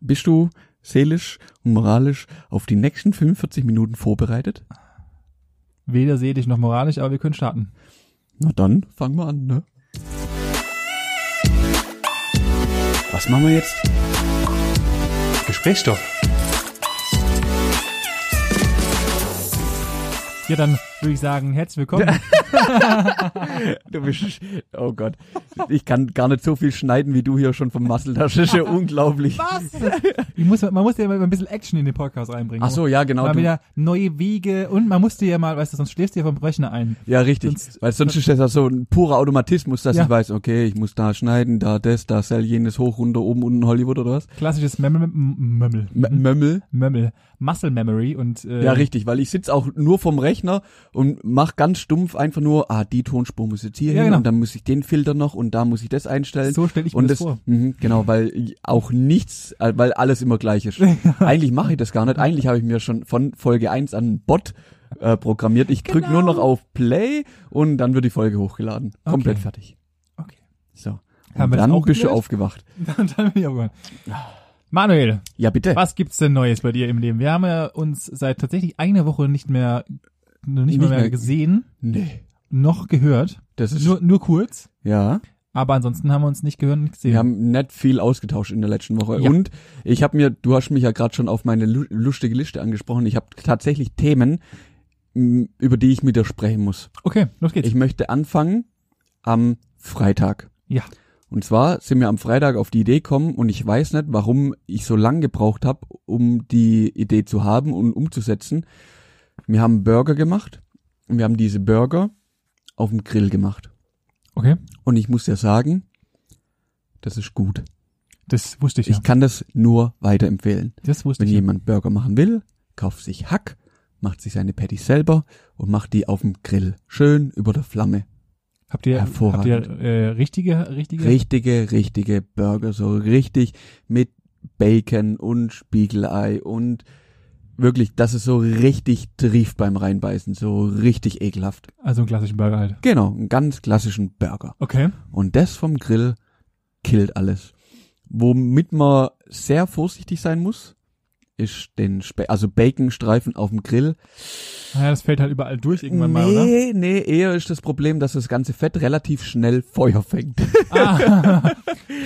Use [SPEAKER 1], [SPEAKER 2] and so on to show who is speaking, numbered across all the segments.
[SPEAKER 1] bist du seelisch und moralisch auf die nächsten 45 Minuten vorbereitet?
[SPEAKER 2] Weder seelisch noch moralisch, aber wir können starten.
[SPEAKER 1] Na dann, fangen wir an, ne? Was machen wir jetzt?
[SPEAKER 3] Gesprächsstoff.
[SPEAKER 2] Ja, dann würde ich sagen, herzlich willkommen.
[SPEAKER 1] Du bist, oh Gott, ich kann gar nicht so viel schneiden, wie du hier schon vermasselt hast. Das ist ja unglaublich.
[SPEAKER 2] Was? Ah, Ich muss, man muss ja immer ein bisschen Action in den Podcast reinbringen.
[SPEAKER 1] Ach so, ja, genau.
[SPEAKER 2] mal
[SPEAKER 1] Du,
[SPEAKER 2] wieder neue Wege und man musste ja mal, weißt du, sonst schläfst du ja vom Rechner ein.
[SPEAKER 1] ja, richtig.
[SPEAKER 2] sonst-
[SPEAKER 1] Weil sonst ist das ja so ein purer Automatismus, dass
[SPEAKER 2] Ja.
[SPEAKER 1] ich weiß, okay, ich muss da schneiden, da das, da sell jenes hoch, runter, oben, unten, Hollywood oder was?
[SPEAKER 2] Klassisches Mömmel, Mömmel,
[SPEAKER 1] M Mömmel.
[SPEAKER 2] Mömmel, Muscle Memory und äh,
[SPEAKER 1] Ja, richtig, weil ich sitz auch nur vom Rechner und mach ganz stumpf einfach nur, ah, die Tonspur muss jetzt hier
[SPEAKER 2] Ja,
[SPEAKER 1] hin
[SPEAKER 2] genau.
[SPEAKER 1] und dann muss ich den Filter noch und da muss ich das einstellen.
[SPEAKER 2] So stell ich mir
[SPEAKER 1] und
[SPEAKER 2] das vor.
[SPEAKER 1] Mhm, genau, weil ich auch nichts, äh, weil alles immer gleich ist. Eigentlich mache ich das gar nicht. Eigentlich habe ich mir schon von Folge 1 an einen Bot äh, programmiert. Ich drück
[SPEAKER 2] Genau.
[SPEAKER 1] nur noch auf Play und dann wird die Folge hochgeladen. Komplett
[SPEAKER 2] Okay.
[SPEAKER 1] fertig.
[SPEAKER 2] Okay.
[SPEAKER 1] So.
[SPEAKER 2] Haben
[SPEAKER 1] Und
[SPEAKER 2] wir das
[SPEAKER 1] dann
[SPEAKER 2] auch
[SPEAKER 1] bist du
[SPEAKER 2] gelöst?
[SPEAKER 1] aufgewacht.
[SPEAKER 2] dann, dann bin ich aufgehört. Manuel,
[SPEAKER 1] Ja, bitte.
[SPEAKER 2] was gibt's denn Neues bei dir im Leben? Wir haben ja uns seit tatsächlich einer Woche nicht mehr, noch nicht,
[SPEAKER 1] Nicht
[SPEAKER 2] mal mehr,
[SPEAKER 1] mehr-
[SPEAKER 2] gesehen,
[SPEAKER 1] Nee.
[SPEAKER 2] noch gehört.
[SPEAKER 1] Das ist,
[SPEAKER 2] Nur, nur kurz.
[SPEAKER 1] ja.
[SPEAKER 2] Aber ansonsten haben wir uns nicht gehört und nicht gesehen.
[SPEAKER 1] Wir haben nicht viel ausgetauscht in der letzten Woche.
[SPEAKER 2] Ja.
[SPEAKER 1] Und ich habe mir, du hast mich ja gerade schon auf meine lu- lustige Liste angesprochen. Ich habe tatsächlich Themen, m, über die ich mit dir sprechen muss.
[SPEAKER 2] okay, los geht's.
[SPEAKER 1] Ich möchte anfangen am Freitag.
[SPEAKER 2] ja.
[SPEAKER 1] Und zwar sind wir am Freitag auf die Idee gekommen und ich weiß nicht, warum ich so lange gebraucht habe, um die Idee zu haben und umzusetzen. Wir haben Burger gemacht und wir haben diese Burger auf dem Grill gemacht.
[SPEAKER 2] Okay.
[SPEAKER 1] Und ich muss dir sagen, das ist gut.
[SPEAKER 2] Das wusste ich, ja.
[SPEAKER 1] Ich kann das nur weiterempfehlen.
[SPEAKER 2] Das wusste
[SPEAKER 1] Wenn
[SPEAKER 2] ich. ja.
[SPEAKER 1] jemand Burger machen will, kauft sich Hack, macht sich seine Patties selber und macht die auf dem Grill. Schön über der Flamme.
[SPEAKER 2] Habt ihr, habt ihr
[SPEAKER 1] Hervorragend.
[SPEAKER 2] äh, richtige, richtige?
[SPEAKER 1] Richtige, richtige Burger. So richtig mit Bacon und Spiegelei und wirklich, das ist so richtig trieft beim Reinbeißen. So richtig ekelhaft.
[SPEAKER 2] also einen klassischen Burger halt.
[SPEAKER 1] Genau, einen ganz klassischen Burger.
[SPEAKER 2] Okay.
[SPEAKER 1] Und das vom Grill killt alles. Womit man sehr vorsichtig sein muss, ist den Spe also Baconstreifen auf dem Grill.
[SPEAKER 2] Naja, das fällt halt überall durch irgendwann mal, oder?
[SPEAKER 1] nee, nee, eher ist das Problem, dass das ganze Fett relativ schnell Feuer fängt.
[SPEAKER 2] Ah,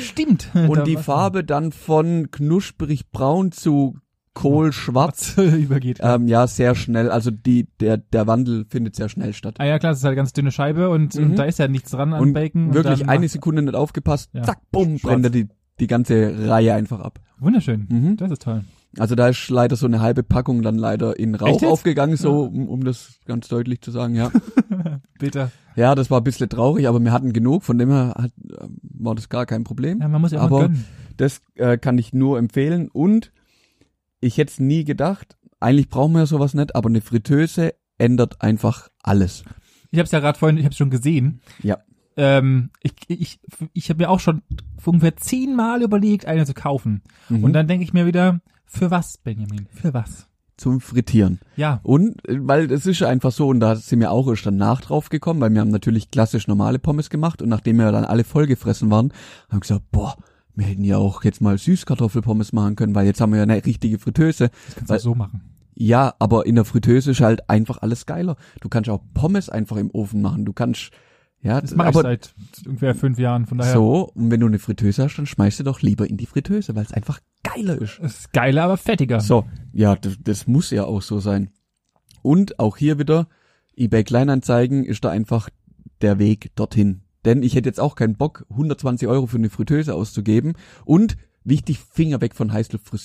[SPEAKER 2] stimmt. Da
[SPEAKER 1] Und die
[SPEAKER 2] war's.
[SPEAKER 1] Farbe dann von knusprig braun zu kohlschwarz,
[SPEAKER 2] Schwarz übergeht.
[SPEAKER 1] ähm, ja, sehr schnell. Also die, der, der Wandel findet sehr schnell statt.
[SPEAKER 2] Ah ja, klar, es ist halt eine ganz dünne Scheibe und, und
[SPEAKER 1] Mhm.
[SPEAKER 2] da ist ja nichts dran an
[SPEAKER 1] Und
[SPEAKER 2] Bacon. und
[SPEAKER 1] Wirklich
[SPEAKER 2] dann-
[SPEAKER 1] eine Sekunde nicht aufgepasst,
[SPEAKER 2] Ja.
[SPEAKER 1] zack, bumm,
[SPEAKER 2] Schwarz.
[SPEAKER 1] brennt er die, die ganze Reihe einfach ab.
[SPEAKER 2] Wunderschön.
[SPEAKER 1] Mhm.
[SPEAKER 2] Das ist toll.
[SPEAKER 1] Also da ist leider so eine halbe Packung dann leider in
[SPEAKER 2] Echt
[SPEAKER 1] Rauch
[SPEAKER 2] jetzt?
[SPEAKER 1] aufgegangen, so um, um das ganz deutlich zu sagen, ja.
[SPEAKER 2] Bitte.
[SPEAKER 1] ja, das war ein bisschen traurig, aber wir hatten genug, von dem her hat, ähm, war das gar kein Problem.
[SPEAKER 2] Ja, man muss ja immer
[SPEAKER 1] Aber-
[SPEAKER 2] gönnen.
[SPEAKER 1] Das äh, kann ich nur empfehlen und ich hätte es nie gedacht, eigentlich brauchen wir ja sowas nicht, aber eine Fritteuse ändert einfach alles.
[SPEAKER 2] Ich habe es ja gerade vorhin, ich habe schon gesehen.
[SPEAKER 1] Ja.
[SPEAKER 2] Ähm, ich ich, ich habe mir auch schon ungefähr zehnmal überlegt, eine zu kaufen.
[SPEAKER 1] Mhm.
[SPEAKER 2] Und dann denke ich mir wieder, für was, Benjamin? Für was?
[SPEAKER 1] Zum Frittieren.
[SPEAKER 2] Ja,
[SPEAKER 1] Und, äh, weil es ist einfach so, und da sind wir auch erst danach drauf gekommen, weil wir haben natürlich klassisch normale Pommes gemacht und nachdem wir dann alle vollgefressen waren, haben wir gesagt, boah, wir hätten ja auch jetzt mal Süßkartoffelpommes machen können, weil jetzt haben wir ja eine richtige Fritteuse.
[SPEAKER 2] das kannst du
[SPEAKER 1] Weil-
[SPEAKER 2] auch so machen.
[SPEAKER 1] Ja, aber in der Fritteuse ist halt einfach alles geiler. Du kannst auch Pommes einfach im Ofen machen. Du kannst, ja,
[SPEAKER 2] Das mache ich
[SPEAKER 1] aber
[SPEAKER 2] seit ungefähr fünf Jahren, von daher.
[SPEAKER 1] so, und wenn du eine Fritteuse hast, dann schmeißt du doch lieber in die Fritteuse, weil es einfach geiler ist.
[SPEAKER 2] Das ist geiler, aber fettiger.
[SPEAKER 1] So, ja, das, das muss ja auch so sein. Und auch hier wieder, eBay Kleinanzeigen ist da einfach der Weg dorthin. Denn ich hätte jetzt auch keinen Bock, 120 Euro für eine Fritteuse auszugeben. Und wichtig, Finger weg von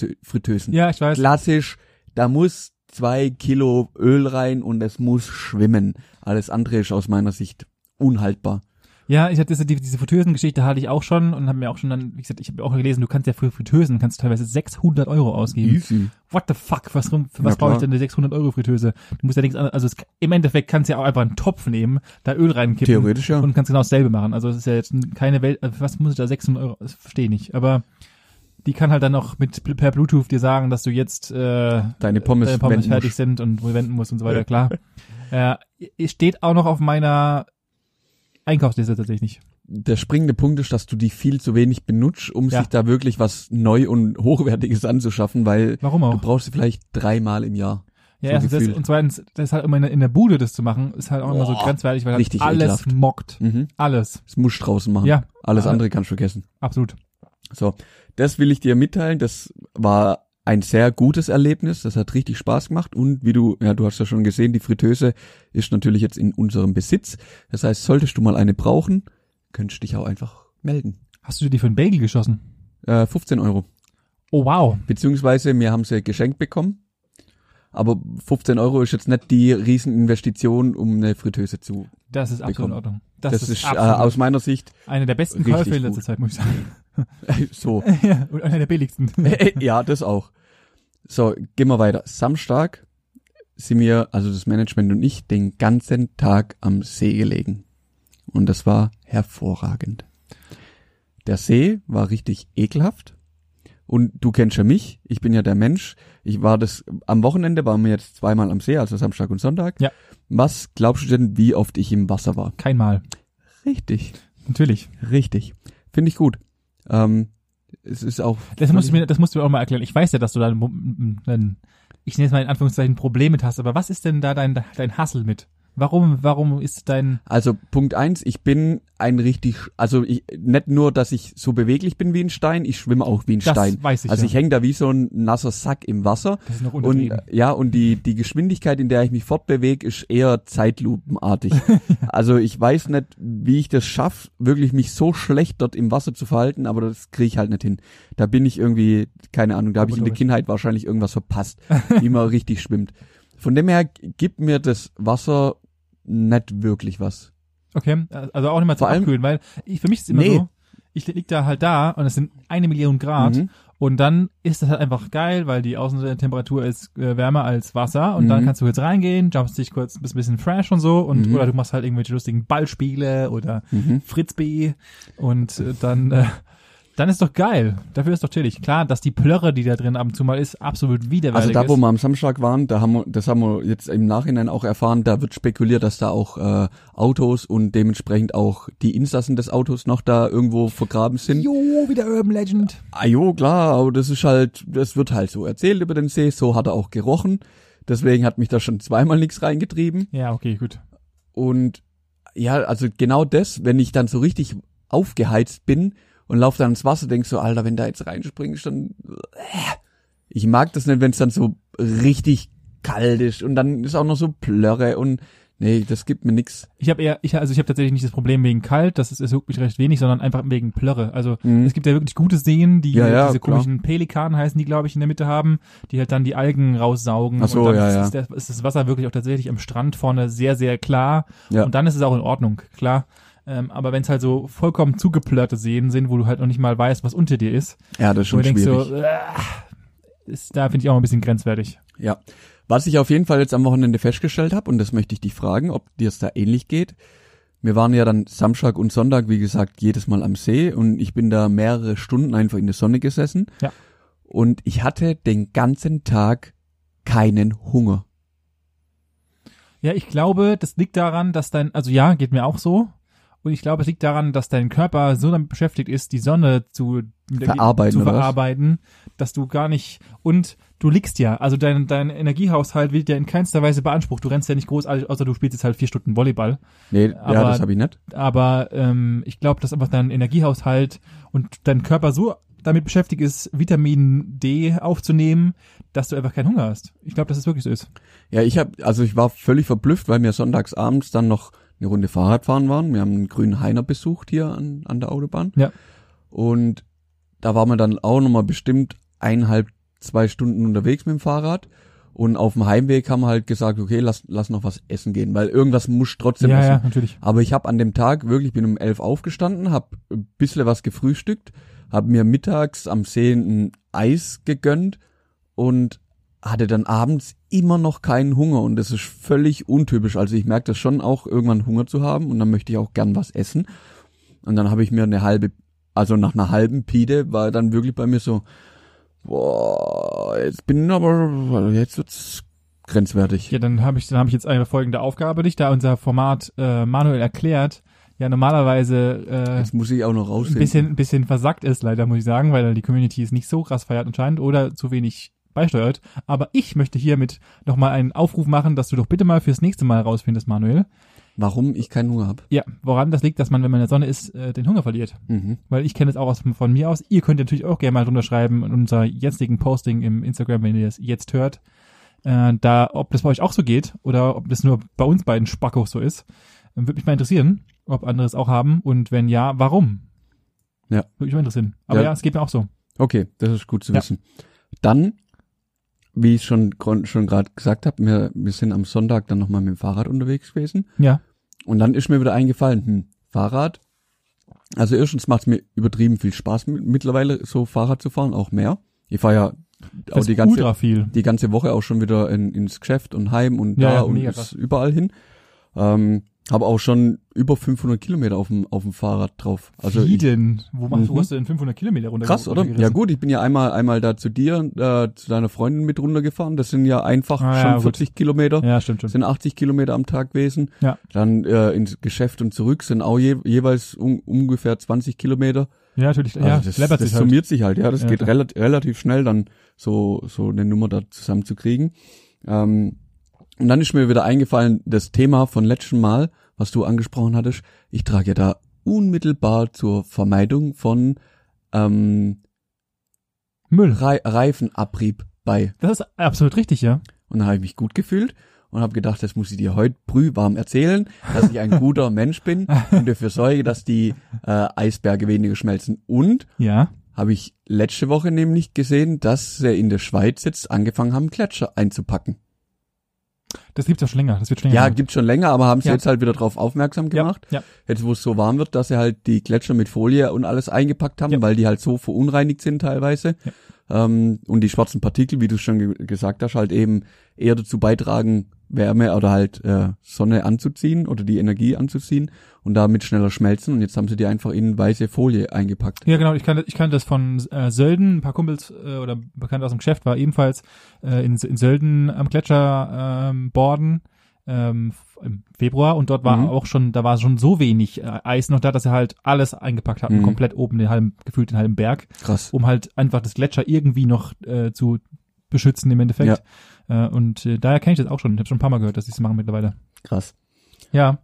[SPEAKER 1] Heißluftfritteusen.
[SPEAKER 2] Ja, ich weiß.
[SPEAKER 1] Klassisch, da muss zwei Kilo Öl rein und es muss schwimmen. Alles andere ist aus meiner Sicht unhaltbar.
[SPEAKER 2] Ja, ich hatte diese, die- diese Fritteusen-Geschichte hatte ich auch schon und habe mir auch schon dann, wie gesagt, ich habe auch gelesen, du kannst ja für Fritteusen kannst du teilweise 600 Euro ausgeben.
[SPEAKER 1] Easy.
[SPEAKER 2] What the fuck? Was, rum- für was
[SPEAKER 1] Na klar.
[SPEAKER 2] brauche ich denn eine 600 Euro Fritteuse? Du musst ja nichts anderes, also es, im Endeffekt kannst du ja auch einfach einen Topf nehmen, da Öl reinkippen.
[SPEAKER 1] Theoretisch, ja.
[SPEAKER 2] Und kannst genau dasselbe machen. Also es ist ja jetzt keine Welt, also was muss ich da 600 Euro, das verstehe ich nicht. Aber die kann halt dann noch mit, per Bluetooth dir sagen, dass du jetzt, äh,
[SPEAKER 1] Deine Pommes
[SPEAKER 2] deine Pommes
[SPEAKER 1] wenden
[SPEAKER 2] fertig
[SPEAKER 1] musst.
[SPEAKER 2] sind und wo du wenden musst und so weiter, klar. äh, steht auch noch auf meiner Einkaufsliste tatsächlich.
[SPEAKER 1] der springende Punkt ist, dass du die viel zu wenig benutzt, um
[SPEAKER 2] Ja.
[SPEAKER 1] sich da wirklich was neu und hochwertiges anzuschaffen, weil
[SPEAKER 2] Warum auch?
[SPEAKER 1] du brauchst sie vielleicht dreimal im Jahr.
[SPEAKER 2] Ja,
[SPEAKER 1] so
[SPEAKER 2] erstens das
[SPEAKER 1] gefühlt.
[SPEAKER 2] und zweitens, das ist halt immer in der, in der Bude das zu machen, ist halt auch immer so
[SPEAKER 1] Boah,
[SPEAKER 2] grenzwertig, weil halt
[SPEAKER 1] richtig
[SPEAKER 2] alles
[SPEAKER 1] ekelhaft.
[SPEAKER 2] mockt.
[SPEAKER 1] Mhm.
[SPEAKER 2] Alles.
[SPEAKER 1] Das musst du draußen machen.
[SPEAKER 2] Ja.
[SPEAKER 1] Alles
[SPEAKER 2] Ah.
[SPEAKER 1] andere kannst du vergessen.
[SPEAKER 2] Absolut.
[SPEAKER 1] So, das will ich dir mitteilen. Das war ein sehr gutes Erlebnis. Das hat richtig Spaß gemacht. Und wie du, ja, du hast ja schon gesehen, die Fritteuse ist natürlich jetzt in unserem Besitz. Das heißt, solltest du mal eine brauchen, könntest dich auch einfach melden.
[SPEAKER 2] Hast du dir die für einen Bagel geschossen?
[SPEAKER 1] Äh, 15 Euro.
[SPEAKER 2] Oh wow.
[SPEAKER 1] Beziehungsweise, wir haben sie geschenkt bekommen. Aber 15 Euro ist jetzt nicht die Rieseninvestition, um eine Fritteuse zu.
[SPEAKER 2] Das ist absolut
[SPEAKER 1] Bekommen.
[SPEAKER 2] in Ordnung.
[SPEAKER 1] Das,
[SPEAKER 2] Das,
[SPEAKER 1] ist, äh,
[SPEAKER 2] absolut
[SPEAKER 1] aus meiner Sicht
[SPEAKER 2] eine der besten
[SPEAKER 1] richtig
[SPEAKER 2] Käufe in letzter
[SPEAKER 1] gut.
[SPEAKER 2] Zeit, muss ich sagen.
[SPEAKER 1] so.
[SPEAKER 2] ja, und einer der billigsten.
[SPEAKER 1] ja, das auch. So, gehen wir weiter. Samstag sind wir, also das Management und ich, den ganzen Tag am See gelegen. Und das war hervorragend. Der See war richtig ekelhaft. Und du kennst ja mich, ich bin ja der Mensch. Ich war das, am Wochenende waren wir jetzt zweimal am See, also Samstag und Sonntag.
[SPEAKER 2] Ja.
[SPEAKER 1] Was glaubst du denn, wie oft ich im Wasser war?
[SPEAKER 2] Kein Mal.
[SPEAKER 1] Richtig,
[SPEAKER 2] Natürlich.
[SPEAKER 1] richtig. Finde ich gut. Ähm, es ist auch.
[SPEAKER 2] Das musst du mir, das musst du mir auch mal erklären. Ich weiß ja, dass du da ein, ein, ein ich nenne es mal in Anführungszeichen Problem mit hast, aber was ist denn da dein, dein Hassel mit? Warum, warum ist dein,
[SPEAKER 1] Also Punkt eins, ich bin ein richtig, also ich, nicht nur, dass ich so beweglich bin wie ein Stein, ich schwimme auch wie ein
[SPEAKER 2] das
[SPEAKER 1] Stein.
[SPEAKER 2] weiß ich
[SPEAKER 1] also
[SPEAKER 2] ja.
[SPEAKER 1] ich hänge da wie so ein nasser Sack im Wasser
[SPEAKER 2] das ist noch
[SPEAKER 1] und
[SPEAKER 2] untertrieben.
[SPEAKER 1] äh, ja und die die Geschwindigkeit, in der ich mich fortbewege, ist eher Zeitlupenartig. also ich weiß nicht, wie ich das schaffe, wirklich mich so schlecht dort im Wasser zu verhalten, aber das kriege ich halt nicht hin. Da bin ich irgendwie keine Ahnung, da habe ich in der
[SPEAKER 2] Komisch.
[SPEAKER 1] Kindheit wahrscheinlich irgendwas verpasst, wie man richtig schwimmt. Von dem her gibt mir das Wasser nicht wirklich was.
[SPEAKER 2] Okay, also auch nicht mal zum
[SPEAKER 1] Vor allem-
[SPEAKER 2] Abkühlen, weil ich, für mich ist es immer
[SPEAKER 1] Nee.
[SPEAKER 2] so, ich lieg da halt da und es sind eine Million Grad
[SPEAKER 1] Mhm.
[SPEAKER 2] und dann ist das halt einfach geil, weil die Außentemperatur ist äh, wärmer als Wasser und dann
[SPEAKER 1] Mhm.
[SPEAKER 2] kannst du kurz reingehen, jumpst dich kurz, bist ein bisschen fresh und so und
[SPEAKER 1] Mhm.
[SPEAKER 2] oder du machst halt irgendwelche lustigen Ballspiele oder
[SPEAKER 1] Mhm.
[SPEAKER 2] Fritzbee und äh, dann äh, dann ist doch geil. Dafür ist doch chillig. Klar, dass die Plörre, die da drin ab und zu mal ist, absolut widerwärtig
[SPEAKER 1] Also da, wo
[SPEAKER 2] ist.
[SPEAKER 1] wir am Samstag waren, da haben wir, das haben wir jetzt im Nachhinein auch erfahren, da wird spekuliert, dass da auch äh, Autos und dementsprechend auch die Insassen des Autos noch da irgendwo vergraben sind.
[SPEAKER 2] Jo, wieder Urban Legend.
[SPEAKER 1] Ah jo, klar, aber das ist halt, das wird halt so erzählt über den See, so hat er auch gerochen. Deswegen hat mich da schon zweimal nichts reingetrieben.
[SPEAKER 2] Ja, okay, gut.
[SPEAKER 1] Und ja, also genau das, wenn ich dann so richtig aufgeheizt bin und laufe dann ins Wasser, denkst so, Alter, wenn da jetzt reinspringst, dann. äh, Ich mag das nicht, wenn es dann so richtig kalt ist und dann ist auch noch so Plörre und nee, das gibt mir nix.
[SPEAKER 2] Ich habe eher, ich, also ich habe tatsächlich nicht das Problem wegen kalt, das ist, es juckt mich recht wenig, sondern einfach wegen Plörre. Also
[SPEAKER 1] Mhm.
[SPEAKER 2] es gibt ja wirklich gute Seen, die
[SPEAKER 1] Ja, ja,
[SPEAKER 2] diese
[SPEAKER 1] klar.
[SPEAKER 2] komischen Pelikanen heißen, die glaube ich in der Mitte haben, die halt dann die Algen raussaugen
[SPEAKER 1] Ach so,
[SPEAKER 2] und dann
[SPEAKER 1] ja,
[SPEAKER 2] ist,
[SPEAKER 1] ja.
[SPEAKER 2] Ist, der, ist das Wasser wirklich auch tatsächlich am Strand vorne sehr sehr klar
[SPEAKER 1] Ja.
[SPEAKER 2] und dann ist es auch in Ordnung, klar. Ähm, aber wenn es halt so vollkommen zugeplörrte Seen sind, wo du halt noch nicht mal weißt, was unter dir ist,
[SPEAKER 1] Ja, das ist
[SPEAKER 2] wo du
[SPEAKER 1] schon
[SPEAKER 2] denkst
[SPEAKER 1] schwierig.
[SPEAKER 2] so, äh, ist, da finde ich auch ein bisschen grenzwertig.
[SPEAKER 1] Ja. Was ich auf jeden Fall jetzt am Wochenende festgestellt habe, und das möchte ich dich fragen, ob dir es da ähnlich geht. Wir waren ja dann Samstag und Sonntag, wie gesagt, jedes Mal am See und ich bin da mehrere Stunden einfach in der Sonne gesessen.
[SPEAKER 2] Ja.
[SPEAKER 1] Und ich hatte den ganzen Tag keinen Hunger.
[SPEAKER 2] Ja, ich glaube, das liegt daran, dass dein, also ja, geht mir auch so. Und ich glaube, es liegt daran, dass dein Körper so damit beschäftigt ist, die Sonne zu
[SPEAKER 1] Verarbeiten,
[SPEAKER 2] zu
[SPEAKER 1] oder was?
[SPEAKER 2] verarbeiten dass du gar nicht, und du liegst ja, also dein, dein Energiehaushalt wird ja in keinster Weise beansprucht. Du rennst ja nicht großartig, außer du spielst jetzt halt vier Stunden Volleyball.
[SPEAKER 1] Nee,
[SPEAKER 2] Aber-
[SPEAKER 1] ja, das habe ich nicht.
[SPEAKER 2] Aber ähm, ich glaube, dass einfach dein Energiehaushalt und dein Körper so damit beschäftigt ist, Vitamin D aufzunehmen, dass du einfach keinen Hunger hast. Ich glaube, dass es wirklich so ist.
[SPEAKER 1] Ja, ich habe, also ich war völlig verblüfft, weil wir sonntags abends dann noch eine Runde Fahrrad fahren waren. Wir haben einen grünen Heiner besucht hier an, an der Autobahn.
[SPEAKER 2] Ja.
[SPEAKER 1] Und da waren wir dann auch nochmal bestimmt eineinhalb, zwei Stunden unterwegs mit dem Fahrrad. Und auf dem Heimweg haben wir halt gesagt, okay, lass, lass noch was essen gehen, weil irgendwas muss trotzdem
[SPEAKER 2] Ja,
[SPEAKER 1] essen.
[SPEAKER 2] ja, natürlich.
[SPEAKER 1] Aber ich habe an dem Tag wirklich, bin um elf aufgestanden, hab ein bisschen was gefrühstückt, hab mir mittags am See ein Eis gegönnt und hatte dann abends immer noch keinen Hunger und das ist völlig untypisch. Also ich merke das schon auch, irgendwann Hunger zu haben und dann möchte ich auch gern was essen. Und dann habe ich mir eine halbe, also nach einer halben Pide war dann wirklich bei mir so, boah, jetzt bin ich aber, also jetzt wird's grenzwertig.
[SPEAKER 2] Ja, dann habe ich, dann hab ich jetzt eine folgende Aufgabe dich, da unser Format äh, Manuel erklärt. ja normalerweise äh,
[SPEAKER 1] Jetzt muss ich auch noch
[SPEAKER 2] ein
[SPEAKER 1] rausfinden.
[SPEAKER 2] bisschen, ein bisschen versackt ist, leider, muss ich sagen, weil die Community es nicht so krass feiert anscheinend oder zu wenig beisteuert. Aber ich möchte hiermit nochmal einen Aufruf machen, dass du doch bitte mal fürs nächste Mal rausfindest, Manuel.
[SPEAKER 1] Warum ich keinen Hunger habe.
[SPEAKER 2] Ja, woran das liegt, dass man, wenn man in der Sonne ist, äh, den Hunger verliert.
[SPEAKER 1] Mhm.
[SPEAKER 2] Weil ich kenne es auch aus, von mir aus. Ihr könnt natürlich auch gerne mal drunter schreiben in unser jetzigen Posting im Instagram, wenn ihr das jetzt hört, äh, da, ob das bei euch auch so geht oder ob das nur bei uns beiden Spackos so ist. Ähm, Würde mich mal interessieren, ob andere es auch haben und wenn ja, warum?
[SPEAKER 1] Ja.
[SPEAKER 2] Würde mich mal interessieren. Aber ja,
[SPEAKER 1] Ja.
[SPEAKER 2] es geht mir auch so.
[SPEAKER 1] Okay, das ist gut zu
[SPEAKER 2] Ja.
[SPEAKER 1] wissen. Dann, wie ich schon, gron- schon gerade gesagt habe, wir, wir sind am Sonntag dann nochmal mit dem Fahrrad unterwegs gewesen.
[SPEAKER 2] Ja.
[SPEAKER 1] Und dann ist mir wieder eingefallen, hm, Fahrrad. Also erstens macht es mir übertrieben viel Spaß mit, mittlerweile, so Fahrrad zu fahren, auch mehr. Ich fahre ja auch
[SPEAKER 2] Das
[SPEAKER 1] die
[SPEAKER 2] ist
[SPEAKER 1] ganze,
[SPEAKER 2] ultra viel.
[SPEAKER 1] die ganze Woche auch schon wieder in, ins Geschäft und heim und
[SPEAKER 2] Ja,
[SPEAKER 1] da
[SPEAKER 2] ja,
[SPEAKER 1] und
[SPEAKER 2] mega
[SPEAKER 1] ist
[SPEAKER 2] krass.
[SPEAKER 1] überall hin. Ähm, habe auch schon über 500 Kilometer auf dem, auf dem Fahrrad drauf. Also
[SPEAKER 2] Wie
[SPEAKER 1] ich,
[SPEAKER 2] denn? Wo machst du,
[SPEAKER 1] Mhm.
[SPEAKER 2] hast du denn 500 Kilometer runter?
[SPEAKER 1] krass, oder?
[SPEAKER 2] runtergerissen?
[SPEAKER 1] Ja gut, ich bin ja einmal, einmal da zu dir, äh, zu deiner Freundin mit runtergefahren. Das sind ja einfach
[SPEAKER 2] Ah, ja,
[SPEAKER 1] schon
[SPEAKER 2] gut.
[SPEAKER 1] 40 Kilometer.
[SPEAKER 2] Ja, stimmt, stimmt.
[SPEAKER 1] Sind 80 Kilometer am Tag gewesen.
[SPEAKER 2] Ja.
[SPEAKER 1] Dann äh, ins Geschäft und zurück sind auch je, jeweils un, ungefähr 20 Kilometer.
[SPEAKER 2] Ja, natürlich.
[SPEAKER 1] Also
[SPEAKER 2] ja,
[SPEAKER 1] das,
[SPEAKER 2] läppert
[SPEAKER 1] das
[SPEAKER 2] sich halt.
[SPEAKER 1] summiert sich halt, ja. Das
[SPEAKER 2] Ja,
[SPEAKER 1] geht
[SPEAKER 2] klar.
[SPEAKER 1] relat relativ schnell, dann so, so eine Nummer da zusammenzukriegen. Ähm, und dann ist mir wieder eingefallen, das Thema von letzten Mal, was du angesprochen hattest, ich trage ja da unmittelbar zur Vermeidung von ähm,
[SPEAKER 2] Müll.
[SPEAKER 1] Rei Reifenabrieb bei.
[SPEAKER 2] Das ist absolut richtig, ja.
[SPEAKER 1] Und da habe ich mich gut gefühlt und habe gedacht, das muss ich dir heute brühwarm erzählen, dass ich ein guter Mensch bin und dafür sorge, dass die äh, Eisberge weniger schmelzen. Und
[SPEAKER 2] Ja.
[SPEAKER 1] habe ich letzte Woche nämlich gesehen, dass sie in der Schweiz jetzt angefangen haben, Gletscher einzupacken.
[SPEAKER 2] Das gibt's ja schon länger. Das wird schon länger.
[SPEAKER 1] Ja,
[SPEAKER 2] gemacht.
[SPEAKER 1] gibt schon länger, aber haben sie
[SPEAKER 2] Ja.
[SPEAKER 1] jetzt halt wieder drauf aufmerksam gemacht.
[SPEAKER 2] Ja, ja.
[SPEAKER 1] Jetzt, wo es so warm wird, dass sie halt die Gletscher mit Folie und alles eingepackt haben,
[SPEAKER 2] Ja.
[SPEAKER 1] weil die halt so verunreinigt sind teilweise. Ähm, und die schwarzen Partikel, wie du schon ge gesagt hast, halt eben eher dazu beitragen, Wärme oder halt äh, Sonne anzuziehen oder die Energie anzuziehen und damit schneller schmelzen. Und jetzt haben sie die einfach in weiße Folie eingepackt.
[SPEAKER 2] Ja, genau. Ich kannte, ich kannte das von äh, Sölden. Ein paar Kumpels äh, oder bekannt aus dem Geschäft war ebenfalls äh, in, S- in Sölden am Gletscher ähm, borden ähm, f- im Februar und dort war
[SPEAKER 1] Mhm.
[SPEAKER 2] auch schon, da war schon so wenig äh, Eis noch da, dass sie halt alles eingepackt hatten,
[SPEAKER 1] Mhm.
[SPEAKER 2] komplett oben den halben, gefühlt den halben Berg,
[SPEAKER 1] Krass.
[SPEAKER 2] um halt einfach das Gletscher irgendwie noch äh, zu beschützen im Endeffekt. Äh, und äh, daher kenne ich das auch schon. Ich habe schon ein paar Mal gehört, dass sie es machen mittlerweile.
[SPEAKER 1] Krass.
[SPEAKER 2] Ja,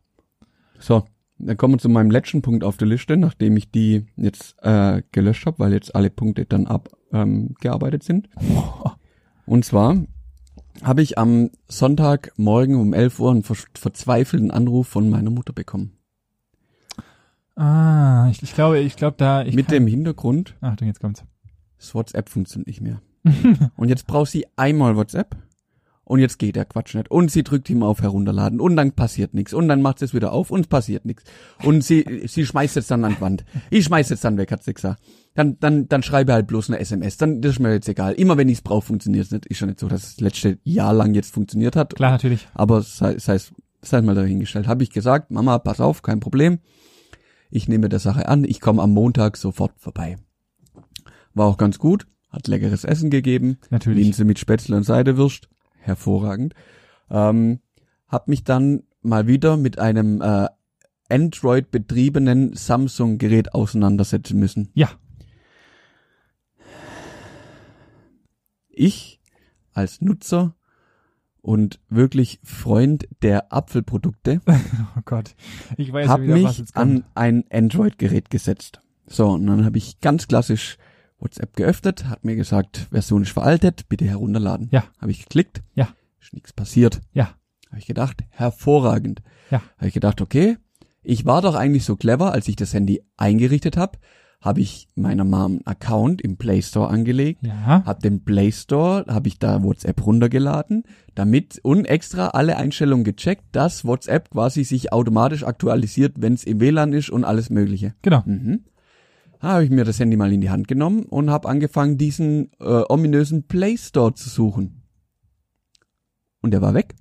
[SPEAKER 1] So, dann kommen wir zu meinem letzten Punkt auf der Liste, nachdem ich die jetzt äh, gelöscht habe, weil jetzt alle Punkte dann abgearbeitet ähm, gearbeitet sind. Und zwar habe ich am Sonntagmorgen um 11 Uhr einen ver verzweifelten Anruf von meiner Mutter bekommen.
[SPEAKER 2] Ah, ich, ich glaube, ich glaube da. Ich
[SPEAKER 1] Mit
[SPEAKER 2] kann,
[SPEAKER 1] dem Hintergrund,
[SPEAKER 2] Achtung, jetzt kommt's.
[SPEAKER 1] das WhatsApp funktioniert nicht mehr. und jetzt braucht sie einmal WhatsApp und jetzt geht der Quatsch nicht. Und sie drückt ihm auf herunterladen und dann passiert nichts. Und dann macht sie es wieder auf und es passiert nichts. Und sie, sie schmeißt jetzt dann an die Wand. Ich schmeiß jetzt dann weg, hat sie gesagt. Dann, dann, dann schreibe halt bloß eine SMS. Dann das ist mir jetzt egal. Immer wenn ich es brauche, funktioniert es nicht. Ist ja nicht so, dass es das letzte Jahr lang jetzt funktioniert hat.
[SPEAKER 2] Klar, natürlich.
[SPEAKER 1] Aber sei, sei, sei mal dahingestellt. Habe ich gesagt, Mama, pass auf, kein Problem. Ich nehme der Sache an, ich komme am Montag sofort vorbei. War auch ganz gut, hat leckeres Essen gegeben,
[SPEAKER 2] Natürlich.
[SPEAKER 1] Linse mit Spätzle und Seidewürst, hervorragend. Ähm, hab mich dann mal wieder mit einem äh, Android betriebenen Samsung-Gerät auseinandersetzen müssen.
[SPEAKER 2] Ja.
[SPEAKER 1] Ich als Nutzer und wirklich Freund der Apfelprodukte
[SPEAKER 2] Oh Gott. Ich weiß
[SPEAKER 1] habe
[SPEAKER 2] ja wieder, was
[SPEAKER 1] mich
[SPEAKER 2] jetzt kommt.
[SPEAKER 1] an ein Android-Gerät gesetzt. So, und dann habe ich ganz klassisch WhatsApp geöffnet, hat mir gesagt, Version ist veraltet, bitte herunterladen.
[SPEAKER 2] Ja.
[SPEAKER 1] Habe ich geklickt.
[SPEAKER 2] Ja.
[SPEAKER 1] Ist nichts passiert.
[SPEAKER 2] Ja.
[SPEAKER 1] Habe ich gedacht, hervorragend.
[SPEAKER 2] Ja.
[SPEAKER 1] Habe ich gedacht, okay, ich war doch eigentlich so clever, als ich das Handy eingerichtet habe, habe ich meiner Mom einen Account im Play Store angelegt
[SPEAKER 2] Ja.
[SPEAKER 1] hab den Play Store, habe ich da WhatsApp runtergeladen, damit und extra alle Einstellungen gecheckt, dass WhatsApp quasi sich automatisch aktualisiert, wenn es im WLAN ist und alles Mögliche.
[SPEAKER 2] Genau.
[SPEAKER 1] Mhm. Da habe ich mir das Handy mal in die Hand genommen und habe angefangen, diesen äh, ominösen Play Store zu suchen. Und der war weg.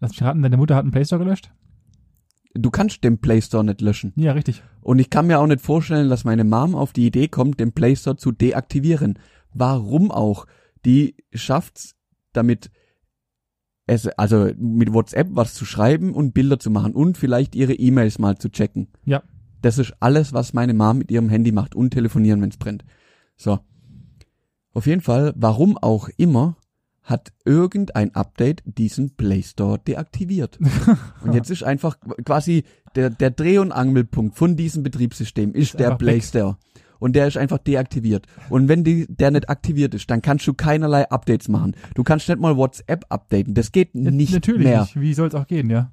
[SPEAKER 2] Lass mich raten, deine Mutter hat einen Playstore gelöscht?
[SPEAKER 1] Du kannst den Play Store nicht löschen.
[SPEAKER 2] Ja, richtig.
[SPEAKER 1] Und ich kann mir auch nicht vorstellen, dass meine Mom auf die Idee kommt, den Play Store zu deaktivieren. Warum auch? Die schafft's damit es, also mit WhatsApp was zu schreiben und Bilder zu machen und vielleicht ihre E-Mails mal zu checken.
[SPEAKER 2] Ja.
[SPEAKER 1] Das ist alles, was meine Mom mit ihrem Handy macht und telefonieren, wenn es brennt. So. Auf jeden Fall, warum auch immer, hat irgendein Update diesen Play Store deaktiviert. und jetzt ist einfach quasi der, der Dreh- und Angelpunkt von diesem Betriebssystem ist,
[SPEAKER 2] Ist
[SPEAKER 1] der
[SPEAKER 2] einfach
[SPEAKER 1] Play
[SPEAKER 2] weg.
[SPEAKER 1] Store. Und der ist einfach deaktiviert. Und wenn die, der nicht aktiviert ist, dann kannst du keinerlei Updates machen. Du kannst nicht mal WhatsApp updaten. Das geht nicht
[SPEAKER 2] Natürlich
[SPEAKER 1] mehr.
[SPEAKER 2] nicht. Wie soll es auch gehen, ja?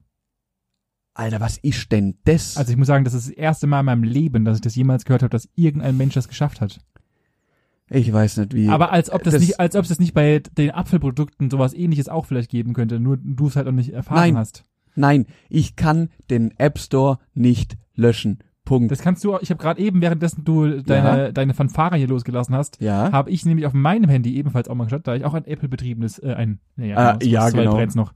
[SPEAKER 1] Alter, was ist denn das?
[SPEAKER 2] Also ich muss sagen, das ist das erste Mal in meinem Leben, dass ich das jemals gehört habe, dass irgendein Mensch das geschafft hat.
[SPEAKER 1] ich weiß nicht wie.
[SPEAKER 2] Aber als ob das,
[SPEAKER 1] das-
[SPEAKER 2] nicht, als ob es das nicht bei den Apfelprodukten sowas ähnliches auch vielleicht geben könnte, nur du es halt noch nicht erfahren
[SPEAKER 1] Nein.
[SPEAKER 2] hast.
[SPEAKER 1] Nein, ich kann den App Store nicht löschen. Punkt.
[SPEAKER 2] Das kannst du, auch- ich habe gerade eben, währenddessen du deine, deine Fanfare hier losgelassen hast,
[SPEAKER 1] ja.
[SPEAKER 2] habe ich nämlich auf meinem Handy ebenfalls auch mal geschaut, da ich auch ein Apple-betriebenes, äh, ein,
[SPEAKER 1] Ah, ja,
[SPEAKER 2] so weit
[SPEAKER 1] genau.
[SPEAKER 2] brennt's noch,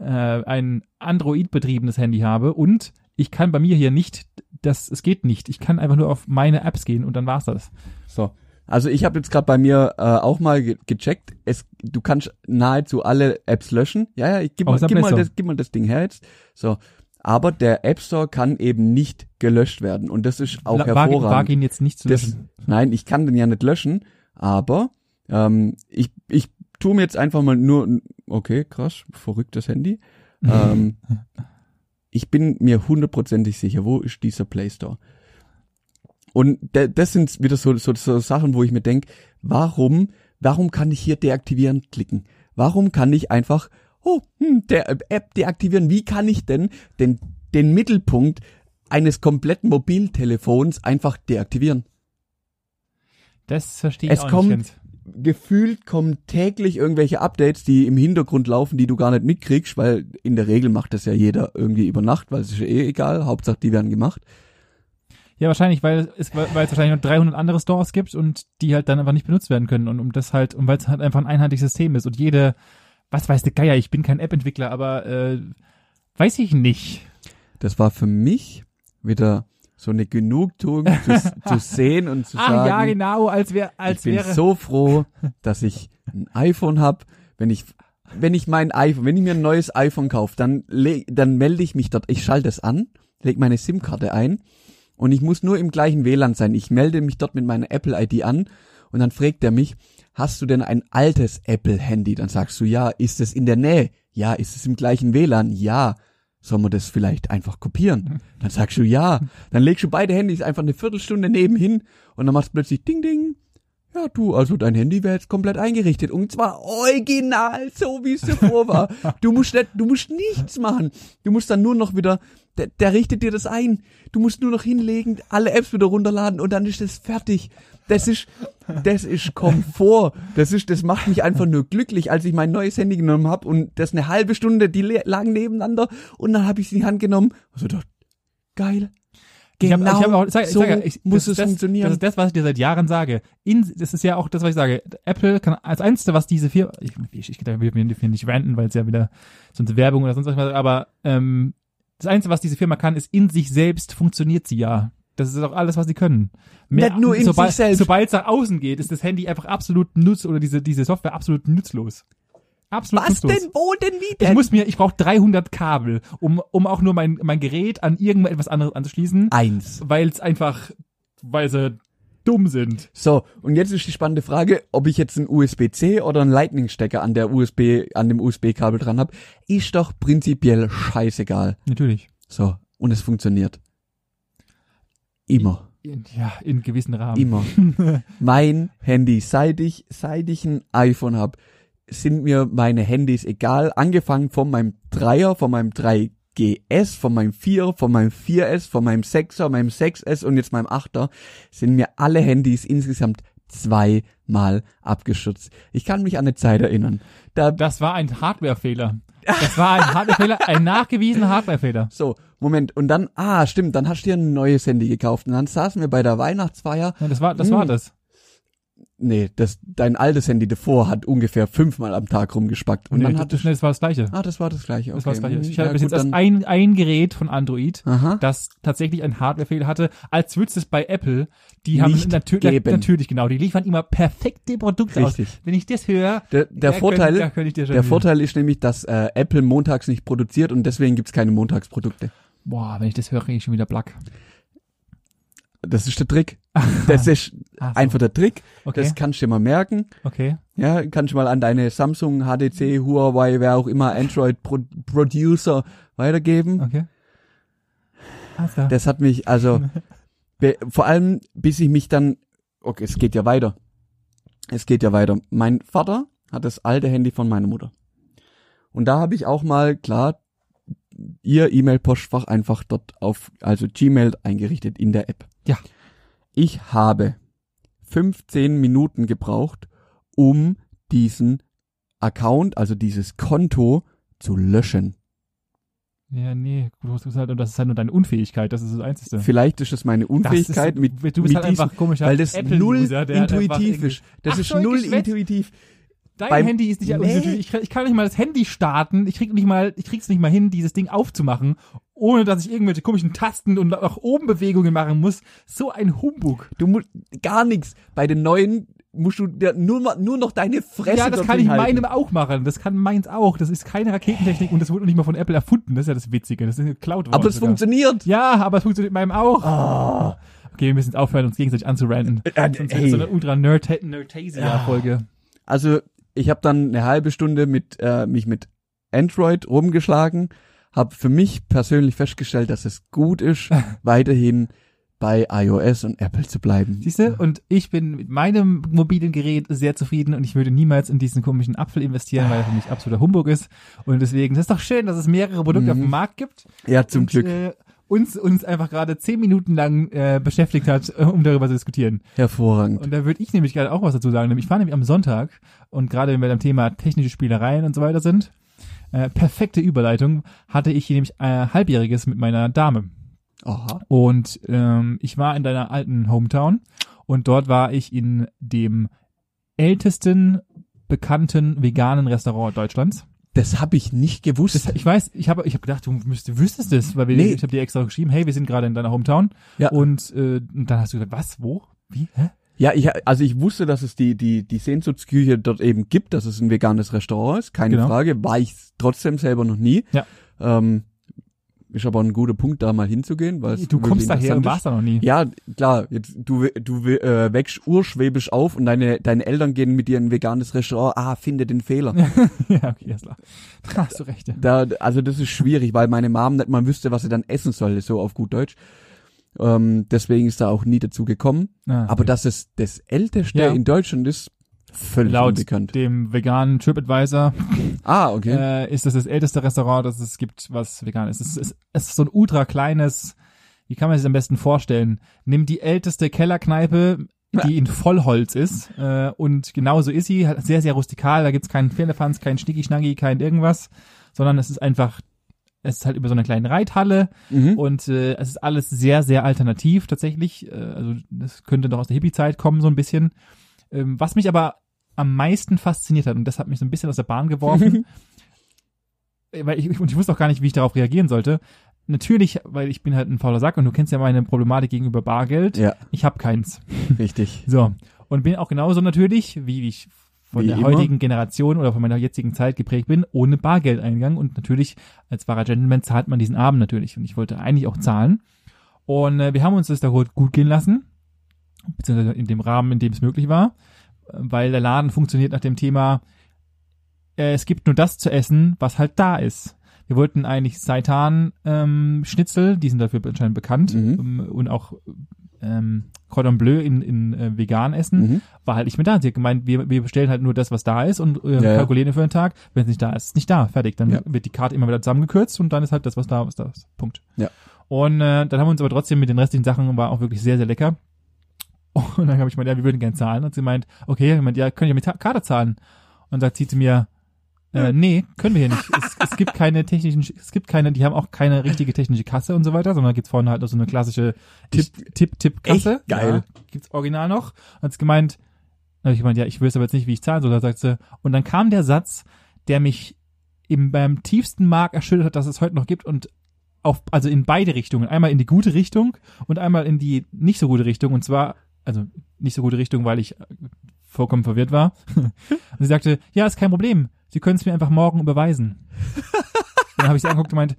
[SPEAKER 2] äh, ein Android-betriebenes Handy habe und ich kann bei mir hier nicht, das, es geht nicht. Ich kann einfach nur auf meine Apps gehen und dann war's das.
[SPEAKER 1] So. Also ich habe jetzt gerade bei mir äh, auch mal ge gecheckt. Es, du kannst nahezu alle Apps löschen. Ja, ja, ich gib, mal,
[SPEAKER 2] Außer
[SPEAKER 1] gib, mal
[SPEAKER 2] Messer.
[SPEAKER 1] das, gib mal das Ding her jetzt. So. Aber der App Store kann eben nicht gelöscht werden. Und das ist auch
[SPEAKER 2] La- wag-
[SPEAKER 1] hervorragend.
[SPEAKER 2] wag ihn jetzt nicht zu
[SPEAKER 1] das,
[SPEAKER 2] löschen.
[SPEAKER 1] nein, ich kann den ja nicht löschen, aber ähm, ich, ich tu mir jetzt einfach mal nur, okay, krass, verrücktes Handy. Ähm, ich bin mir hundertprozentig sicher, wo ist dieser Play Store? Und da- das sind wieder so, so, so Sachen, wo ich mir denk, warum, warum kann ich hier deaktivieren klicken? Warum kann ich einfach, oh, hm, der äh, App deaktivieren? Wie kann ich denn den, den Mittelpunkt eines kompletten Mobiltelefons einfach deaktivieren?
[SPEAKER 2] Das verstehe ich
[SPEAKER 1] Es
[SPEAKER 2] auch
[SPEAKER 1] kommt-
[SPEAKER 2] nicht ganz.
[SPEAKER 1] gefühlt kommen täglich irgendwelche Updates, die im Hintergrund laufen, die du gar nicht mitkriegst, weil in der Regel macht das ja jeder irgendwie über Nacht, weil es ist ja eh egal, Hauptsache die werden gemacht.
[SPEAKER 2] Ja, wahrscheinlich, weil es, weil weil es wahrscheinlich noch 300 andere Stores gibt und die halt dann einfach nicht benutzt werden können und um das halt, und weil es halt einfach ein einheitliches System ist und jede, was weiß der Geier, ich bin kein App-Entwickler, aber äh, weiß ich nicht.
[SPEAKER 1] Das war für mich wieder so eine Genugtuung zu, zu sehen und zu sagen,
[SPEAKER 2] Ah ja, genau, als wäre, als
[SPEAKER 1] ich bin
[SPEAKER 2] wäre.
[SPEAKER 1] so froh, dass ich ein iPhone hab. Wenn ich, wenn ich mein iPhone, wenn ich mir ein neues iPhone kaufe, dann, le- dann melde ich mich dort. Ich schalte es an, lege meine SIM-Karte ein und ich muss nur im gleichen WLAN sein. Ich melde mich dort mit meiner Apple-ID an und dann fragt er mich, hast du denn ein altes Apple-Handy? Dann sagst du, ja, ist es in der Nähe? Ja, ist es im gleichen WLAN? Ja. Sollen wir das vielleicht einfach kopieren? Dann sagst du ja. Dann legst du beide Handys einfach eine Viertelstunde nebenhin und dann machst du plötzlich Ding Ding. Ja, du, also dein Handy wäre jetzt komplett eingerichtet und zwar original, so wie es davor war. Du musst nicht, du musst nichts machen. Du musst dann nur noch wieder, der, der richtet dir das ein. Du musst nur noch hinlegen, alle Apps wieder runterladen und dann ist es fertig. Das ist, das ist Komfort. Das ist, das macht mich einfach nur glücklich, als ich mein neues Handy genommen habe und das eine halbe Stunde, die le- lagen nebeneinander und dann habe ich sie in die Hand genommen. Also dachte, geil.
[SPEAKER 2] Ich hab-
[SPEAKER 1] Genau,
[SPEAKER 2] ich hab auch, ich sag, ich
[SPEAKER 1] so
[SPEAKER 2] sag, ja, ich,
[SPEAKER 1] muss
[SPEAKER 2] das,
[SPEAKER 1] es
[SPEAKER 2] das,
[SPEAKER 1] funktionieren.
[SPEAKER 2] Das ist das, was ich dir seit Jahren sage. In, das ist ja auch das, was ich sage. Apple kann als einzige, was diese Firma, ich, ich, ich will mir nicht- nicht ranten, weil es ja wieder sonst Werbung oder sonst was, aber ähm, das Einzige, was diese Firma kann, ist in sich selbst funktioniert sie ja. Das ist auch alles, was sie können.
[SPEAKER 1] Nicht nur in sich
[SPEAKER 2] sobald,
[SPEAKER 1] selbst.
[SPEAKER 2] Sobald es nach außen geht, ist das Handy einfach absolut nutz oder diese, diese Software absolut nützlos. Absolut
[SPEAKER 1] Was
[SPEAKER 2] nutzlos.
[SPEAKER 1] denn, wo denn, wie
[SPEAKER 2] Ich
[SPEAKER 1] denn?
[SPEAKER 2] muss mir, ich brauche 300 Kabel, um, um auch nur mein, mein Gerät an irgendetwas anderes anzuschließen
[SPEAKER 1] Eins.
[SPEAKER 2] weil es einfach, weil sie dumm sind.
[SPEAKER 1] So, und jetzt ist die spannende Frage, ob ich jetzt einen USB-C oder einen Lightning-Stecker an der USB, an dem USB-Kabel dran habe. Ist doch prinzipiell scheißegal.
[SPEAKER 2] Natürlich.
[SPEAKER 1] So, und es funktioniert. Immer.
[SPEAKER 2] In, ja, in gewissen Rahmen.
[SPEAKER 1] Immer. mein Handy, seit ich, seit ich ein iPhone habe, sind mir meine Handys egal. Angefangen von meinem 3er, von meinem 3GS, von meinem 4er, von meinem 4S, von meinem 6er, meinem 6S und jetzt meinem 8er, sind mir alle Handys insgesamt zweimal abgestürzt. Ich kann mich an eine Zeit erinnern. Da,
[SPEAKER 2] Das war ein Hardwarefehler. Das war ein Hardwarefehler, ein nachgewiesener Hardwarefehler.
[SPEAKER 1] so, Moment. Und dann, ah, stimmt, dann hast du dir ein neues Handy gekauft. Und dann saßen wir bei der Weihnachtsfeier
[SPEAKER 2] Ja, das war, das war
[SPEAKER 1] Hm.
[SPEAKER 2] das.
[SPEAKER 1] nee, das, dein altes Handy davor hat ungefähr fünfmal am Tag rumgespackt. Und
[SPEAKER 2] Und nee,
[SPEAKER 1] dann
[SPEAKER 2] ich
[SPEAKER 1] hat
[SPEAKER 2] dachte schnell, das war das Gleiche.
[SPEAKER 1] Ah, das war das gleiche. Okay.
[SPEAKER 2] Das war das Gleiche. Ich
[SPEAKER 1] Ja,
[SPEAKER 2] hatte bis
[SPEAKER 1] gut,
[SPEAKER 2] jetzt erst
[SPEAKER 1] dann-
[SPEAKER 2] ein, ein Gerät von Android,
[SPEAKER 1] Aha.
[SPEAKER 2] das tatsächlich einen Hardwarefehler hatte, als würde es bei Apple. Die haben
[SPEAKER 1] Nicht
[SPEAKER 2] natürlich,
[SPEAKER 1] geben.
[SPEAKER 2] natürlich genau, die liefern immer perfekte Produkte aus.
[SPEAKER 1] Richtig.
[SPEAKER 2] Wenn ich das höre,
[SPEAKER 1] Der, der
[SPEAKER 2] da
[SPEAKER 1] Vorteil,
[SPEAKER 2] könnte, da könnte ich dir schon
[SPEAKER 1] der Vorteil ist nämlich, dass äh, Apple montags nicht produziert und deswegen gibt's keine Montagsprodukte.
[SPEAKER 2] Boah, wenn ich das höre, kriege ich schon wieder Black.
[SPEAKER 1] Das ist der Trick. Das ist
[SPEAKER 2] Ach Ah, so.
[SPEAKER 1] einfach der Trick.
[SPEAKER 2] Okay,
[SPEAKER 1] Das kannst du dir mal merken.
[SPEAKER 2] okay.
[SPEAKER 1] Ja, kannst du mal an deine Samsung, HTC, Huawei, wer auch immer, Android Pro Producer weitergeben.
[SPEAKER 2] Okay. Also,
[SPEAKER 1] Das hat mich, also, be- vor allem, bis ich mich dann, okay, es geht ja weiter. Es geht ja weiter. Mein Vater hat das alte Handy von meiner Mutter. Und da habe ich auch mal, klar, ihr E-Mail-Postfach einfach dort auf, also Gmail eingerichtet in der App.
[SPEAKER 2] Ja.
[SPEAKER 1] Ich habe 15 Minuten gebraucht, um diesen Account, also dieses Konto zu löschen.
[SPEAKER 2] ja, nee, gut, du hast halt, und das ist halt nur deine Unfähigkeit, das ist das Einzige.
[SPEAKER 1] Vielleicht ist es meine
[SPEAKER 2] Das ist-
[SPEAKER 1] Unfähigkeit mit,
[SPEAKER 2] du
[SPEAKER 1] mit
[SPEAKER 2] bist halt
[SPEAKER 1] diesem-
[SPEAKER 2] einfach komischer
[SPEAKER 1] weil das null
[SPEAKER 2] Apple-User, der halt einfach
[SPEAKER 1] intuitiv
[SPEAKER 2] irgendwie-
[SPEAKER 1] ist. Das
[SPEAKER 2] Ach,
[SPEAKER 1] ist
[SPEAKER 2] so ein
[SPEAKER 1] null
[SPEAKER 2] Geschwätz.
[SPEAKER 1] intuitiv.
[SPEAKER 2] Dein
[SPEAKER 1] Beim-
[SPEAKER 2] Handy ist nicht,
[SPEAKER 1] Nee.
[SPEAKER 2] ich, ich kann nicht mal das Handy starten. Ich krieg nicht mal, ich krieg's nicht mal hin, dieses Ding aufzumachen, ohne dass ich irgendwelche komischen Tasten und nach oben Bewegungen machen muss. So ein Humbug.
[SPEAKER 1] Du musst gar nichts. Bei den neuen musst du dir nur, mal- nur noch deine Fresse
[SPEAKER 2] ja, das
[SPEAKER 1] dort
[SPEAKER 2] kann ich
[SPEAKER 1] hinhalten.
[SPEAKER 2] meinem auch machen. Das kann meins auch. Das ist keine Raketentechnik und das wurde nicht mal von Apple erfunden. Das ist ja das Witzige. Das ist geklaut worden.
[SPEAKER 1] Aber es
[SPEAKER 2] sogar.
[SPEAKER 1] funktioniert.
[SPEAKER 2] Ja, aber es funktioniert meinem auch.
[SPEAKER 1] Ah.
[SPEAKER 2] Okay, wir müssen jetzt aufhören, uns gegenseitig anzuranten.
[SPEAKER 1] Äh, äh,
[SPEAKER 2] Sonst
[SPEAKER 1] hey.
[SPEAKER 2] hey. so eine ultra nerd Nerdtasia-Folge.
[SPEAKER 1] Also ich habe dann eine halbe Stunde mit äh, mich mit Android rumgeschlagen, habe für mich persönlich festgestellt, dass es gut ist, weiterhin bei iOS und Apple zu bleiben.
[SPEAKER 2] Siehst du? Und ich bin mit meinem mobilen Gerät sehr zufrieden und ich würde niemals in diesen komischen Apfel investieren, weil er für mich absoluter Humbug ist. Und deswegen, das ist doch schön, dass es mehrere Produkte auf dem Markt gibt.
[SPEAKER 1] Ja, Mhm. zum
[SPEAKER 2] und,
[SPEAKER 1] Glück.
[SPEAKER 2] Äh, uns, uns einfach gerade zehn Minuten lang äh, beschäftigt hat, äh, um darüber zu diskutieren.
[SPEAKER 1] Hervorragend.
[SPEAKER 2] Und da würde ich nämlich gerade auch was dazu sagen. Nämlich, ich war nämlich am Sonntag und gerade wenn wir beim Thema technische Spielereien und so weiter sind, äh, perfekte Überleitung, hatte ich hier nämlich äh, Halbjähriges mit meiner Dame.
[SPEAKER 1] Aha.
[SPEAKER 2] Und ähm, ich war in deiner alten Hometown und dort war ich in dem ältesten bekannten veganen Restaurant Deutschlands.
[SPEAKER 1] Das habe ich nicht gewusst.
[SPEAKER 2] Das, ich weiß, ich habe ich hab gedacht, du müsstest, wüsstest es, weil wir,
[SPEAKER 1] Nee.
[SPEAKER 2] ich habe dir extra geschrieben, hey, wir sind gerade in deiner Hometown.
[SPEAKER 1] Ja.
[SPEAKER 2] Und, äh, und dann hast du gesagt, was, wo, wie, hä?
[SPEAKER 1] Ja, ich, also ich wusste, dass es die, die, die Sehnsuchtsküche dort eben gibt, dass es ein veganes Restaurant ist, keine
[SPEAKER 2] Genau.
[SPEAKER 1] Frage. War ich trotzdem selber noch nie.
[SPEAKER 2] Ja.
[SPEAKER 1] Ähm, ist aber ein guter Punkt, da mal hinzugehen, weil es
[SPEAKER 2] Du
[SPEAKER 1] wirklich
[SPEAKER 2] kommst daher
[SPEAKER 1] interessant
[SPEAKER 2] und warst da noch nie.
[SPEAKER 1] ist. Ja, klar. Jetzt, du du äh, wächst urschwäbisch auf und deine, deine Eltern gehen mit dir in ein veganes Restaurant. Ah, finde den Fehler.
[SPEAKER 2] ja okay, alles klar. Da hast du recht. Ja.
[SPEAKER 1] Da, also das ist schwierig, weil meine Mom nicht mal wüsste, was sie dann essen sollte, so auf gut Deutsch. Ähm, deswegen ist da auch nie dazu gekommen.
[SPEAKER 2] Ah,
[SPEAKER 1] Aber dass es das älteste
[SPEAKER 2] Ja.
[SPEAKER 1] in Deutschland ist, völlig
[SPEAKER 2] laut
[SPEAKER 1] unbekannt.
[SPEAKER 2] dem veganen TripAdvisor
[SPEAKER 1] Ah, okay.
[SPEAKER 2] äh, ist das das älteste Restaurant, das es gibt, was vegan ist. Es ist, es ist so ein ultra kleines, wie kann man sich das am besten vorstellen? Nimm die älteste Kellerkneipe, die in Vollholz ist äh, und genauso ist sie, halt sehr, sehr rustikal, da gibt's keinen Firlefanz, keinen Schnicki-Schnacki, kein irgendwas, sondern es ist einfach, es ist halt über so eine kleine Reithalle
[SPEAKER 1] mhm.
[SPEAKER 2] und äh, es ist alles sehr, sehr alternativ tatsächlich. Äh, also das könnte noch aus der Hippie-Zeit kommen, so ein bisschen. Ähm, was mich aber am meisten fasziniert hat, und das hat mich so ein bisschen aus der Bahn geworfen, äh, weil ich, ich, und ich wusste auch gar nicht, wie ich darauf reagieren sollte. Natürlich, weil ich bin halt ein fauler Sack und du kennst ja meine Problematik gegenüber Bargeld.
[SPEAKER 1] Ja,
[SPEAKER 2] Ich habe keins.
[SPEAKER 1] richtig.
[SPEAKER 2] So. Und bin auch genauso natürlich, wie ich von
[SPEAKER 1] Wie
[SPEAKER 2] der
[SPEAKER 1] immer.
[SPEAKER 2] heutigen Generation oder von meiner jetzigen Zeit geprägt bin, ohne Bargeldeingang. Und natürlich, als wahrer Gentleman zahlt man diesen Abend natürlich. Und ich wollte eigentlich auch zahlen. Und äh, wir haben uns das da gut gut gehen lassen. Beziehungsweise in dem Rahmen, in dem es möglich war. äh, Weil der Laden funktioniert nach dem Thema, äh, es gibt nur das zu essen, was halt da ist. Wir wollten eigentlich Seitan-Schnitzel, die sind dafür anscheinend bekannt,
[SPEAKER 1] Mhm.
[SPEAKER 2] ähm, und auch ähm, Cordon Bleu in, in äh, vegan essen,
[SPEAKER 1] Mhm.
[SPEAKER 2] war halt nicht mehr da. Sie hat gemeint, wir, wir bestellen halt nur das, was da ist und äh,
[SPEAKER 1] Ja, ja.
[SPEAKER 2] kalkulieren für den Tag. Wenn es nicht da ist, ist es nicht da. Fertig. Dann
[SPEAKER 1] Ja.
[SPEAKER 2] wird die Karte immer wieder zusammengekürzt und dann ist halt das, was da was da ist. Punkt.
[SPEAKER 1] Ja.
[SPEAKER 2] Und äh, dann haben wir uns aber trotzdem mit den restlichen Sachen, war auch wirklich sehr, sehr lecker. Und dann habe ich gemeint, ja, wir würden gerne zahlen. Und sie meint, okay, ich meinte, ja, könnt ihr mit Ta- Karte zahlen? Und sagt sie zu mir, äh, nee, können wir hier nicht. Es, es gibt keine technischen, es gibt keine, die haben auch keine richtige technische Kasse und so weiter, sondern gibt's vorne halt nur so eine klassische
[SPEAKER 1] Tipp-
[SPEAKER 2] Tipp-Tipp-Kasse.
[SPEAKER 1] Echt geil.
[SPEAKER 2] Ja, gibt's original noch. Hat's gemeint, Dann habe ich gemeint, ja, ich wüsste aber jetzt nicht, wie ich zahlen soll. Da sagt sie, und dann kam der Satz, der mich eben beim tiefsten Mark erschüttert hat, dass es heute noch gibt und auf, also in beide Richtungen. Einmal in die gute Richtung und einmal in die nicht so gute Richtung. Und zwar, also nicht so gute Richtung, weil ich äh, vollkommen verwirrt war. und sie sagte, ja, ist kein Problem. Sie können es mir einfach morgen überweisen. dann habe ich sie angeguckt und meint,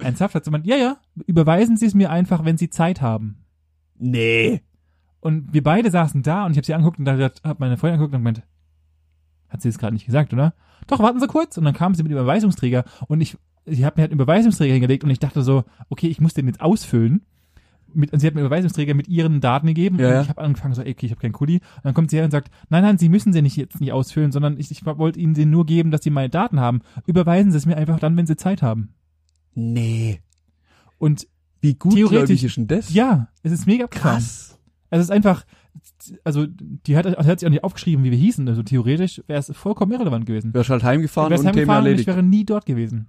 [SPEAKER 2] ernsthaft? Hat sie gemeint, ja, ja, überweisen Sie es mir einfach, wenn Sie Zeit haben.
[SPEAKER 1] Nee.
[SPEAKER 2] Und wir beide saßen da und ich habe sie angeguckt und da hat meine Freundin angeguckt und gemeint, hat sie das gerade nicht gesagt, oder? Doch, warten Sie kurz. Und dann kam sie mit dem Überweisungsträger und ich, sie hat mir halt einen Überweisungsträger hingelegt und ich dachte so, okay, ich muss den jetzt ausfüllen. Mit, und sie hat mir einen Überweisungsträger mit ihren Daten gegeben
[SPEAKER 1] Ja,
[SPEAKER 2] und
[SPEAKER 1] ja.
[SPEAKER 2] ich habe angefangen so, ey, okay, ich habe keinen Kuli. Und dann kommt sie her und sagt, nein, nein, Sie müssen sie nicht jetzt nicht ausfüllen, sondern ich, ich wollte Ihnen den nur geben, dass Sie meine Daten haben. Überweisen Sie es mir einfach dann, wenn Sie Zeit haben.
[SPEAKER 1] Nee.
[SPEAKER 2] Und
[SPEAKER 1] Wie gut
[SPEAKER 2] Theoretisch-
[SPEAKER 1] ist denn das?
[SPEAKER 2] ja, es ist mega abgefahren.
[SPEAKER 1] Krass.
[SPEAKER 2] Also es ist einfach, also die hat, hat sich auch nicht aufgeschrieben, wie wir hießen. Also theoretisch wäre es vollkommen irrelevant gewesen.
[SPEAKER 1] Wärst halt heimgefahren
[SPEAKER 2] wär's
[SPEAKER 1] und Thema
[SPEAKER 2] heimgefahren und ich
[SPEAKER 1] erledigt.
[SPEAKER 2] wäre nie dort gewesen.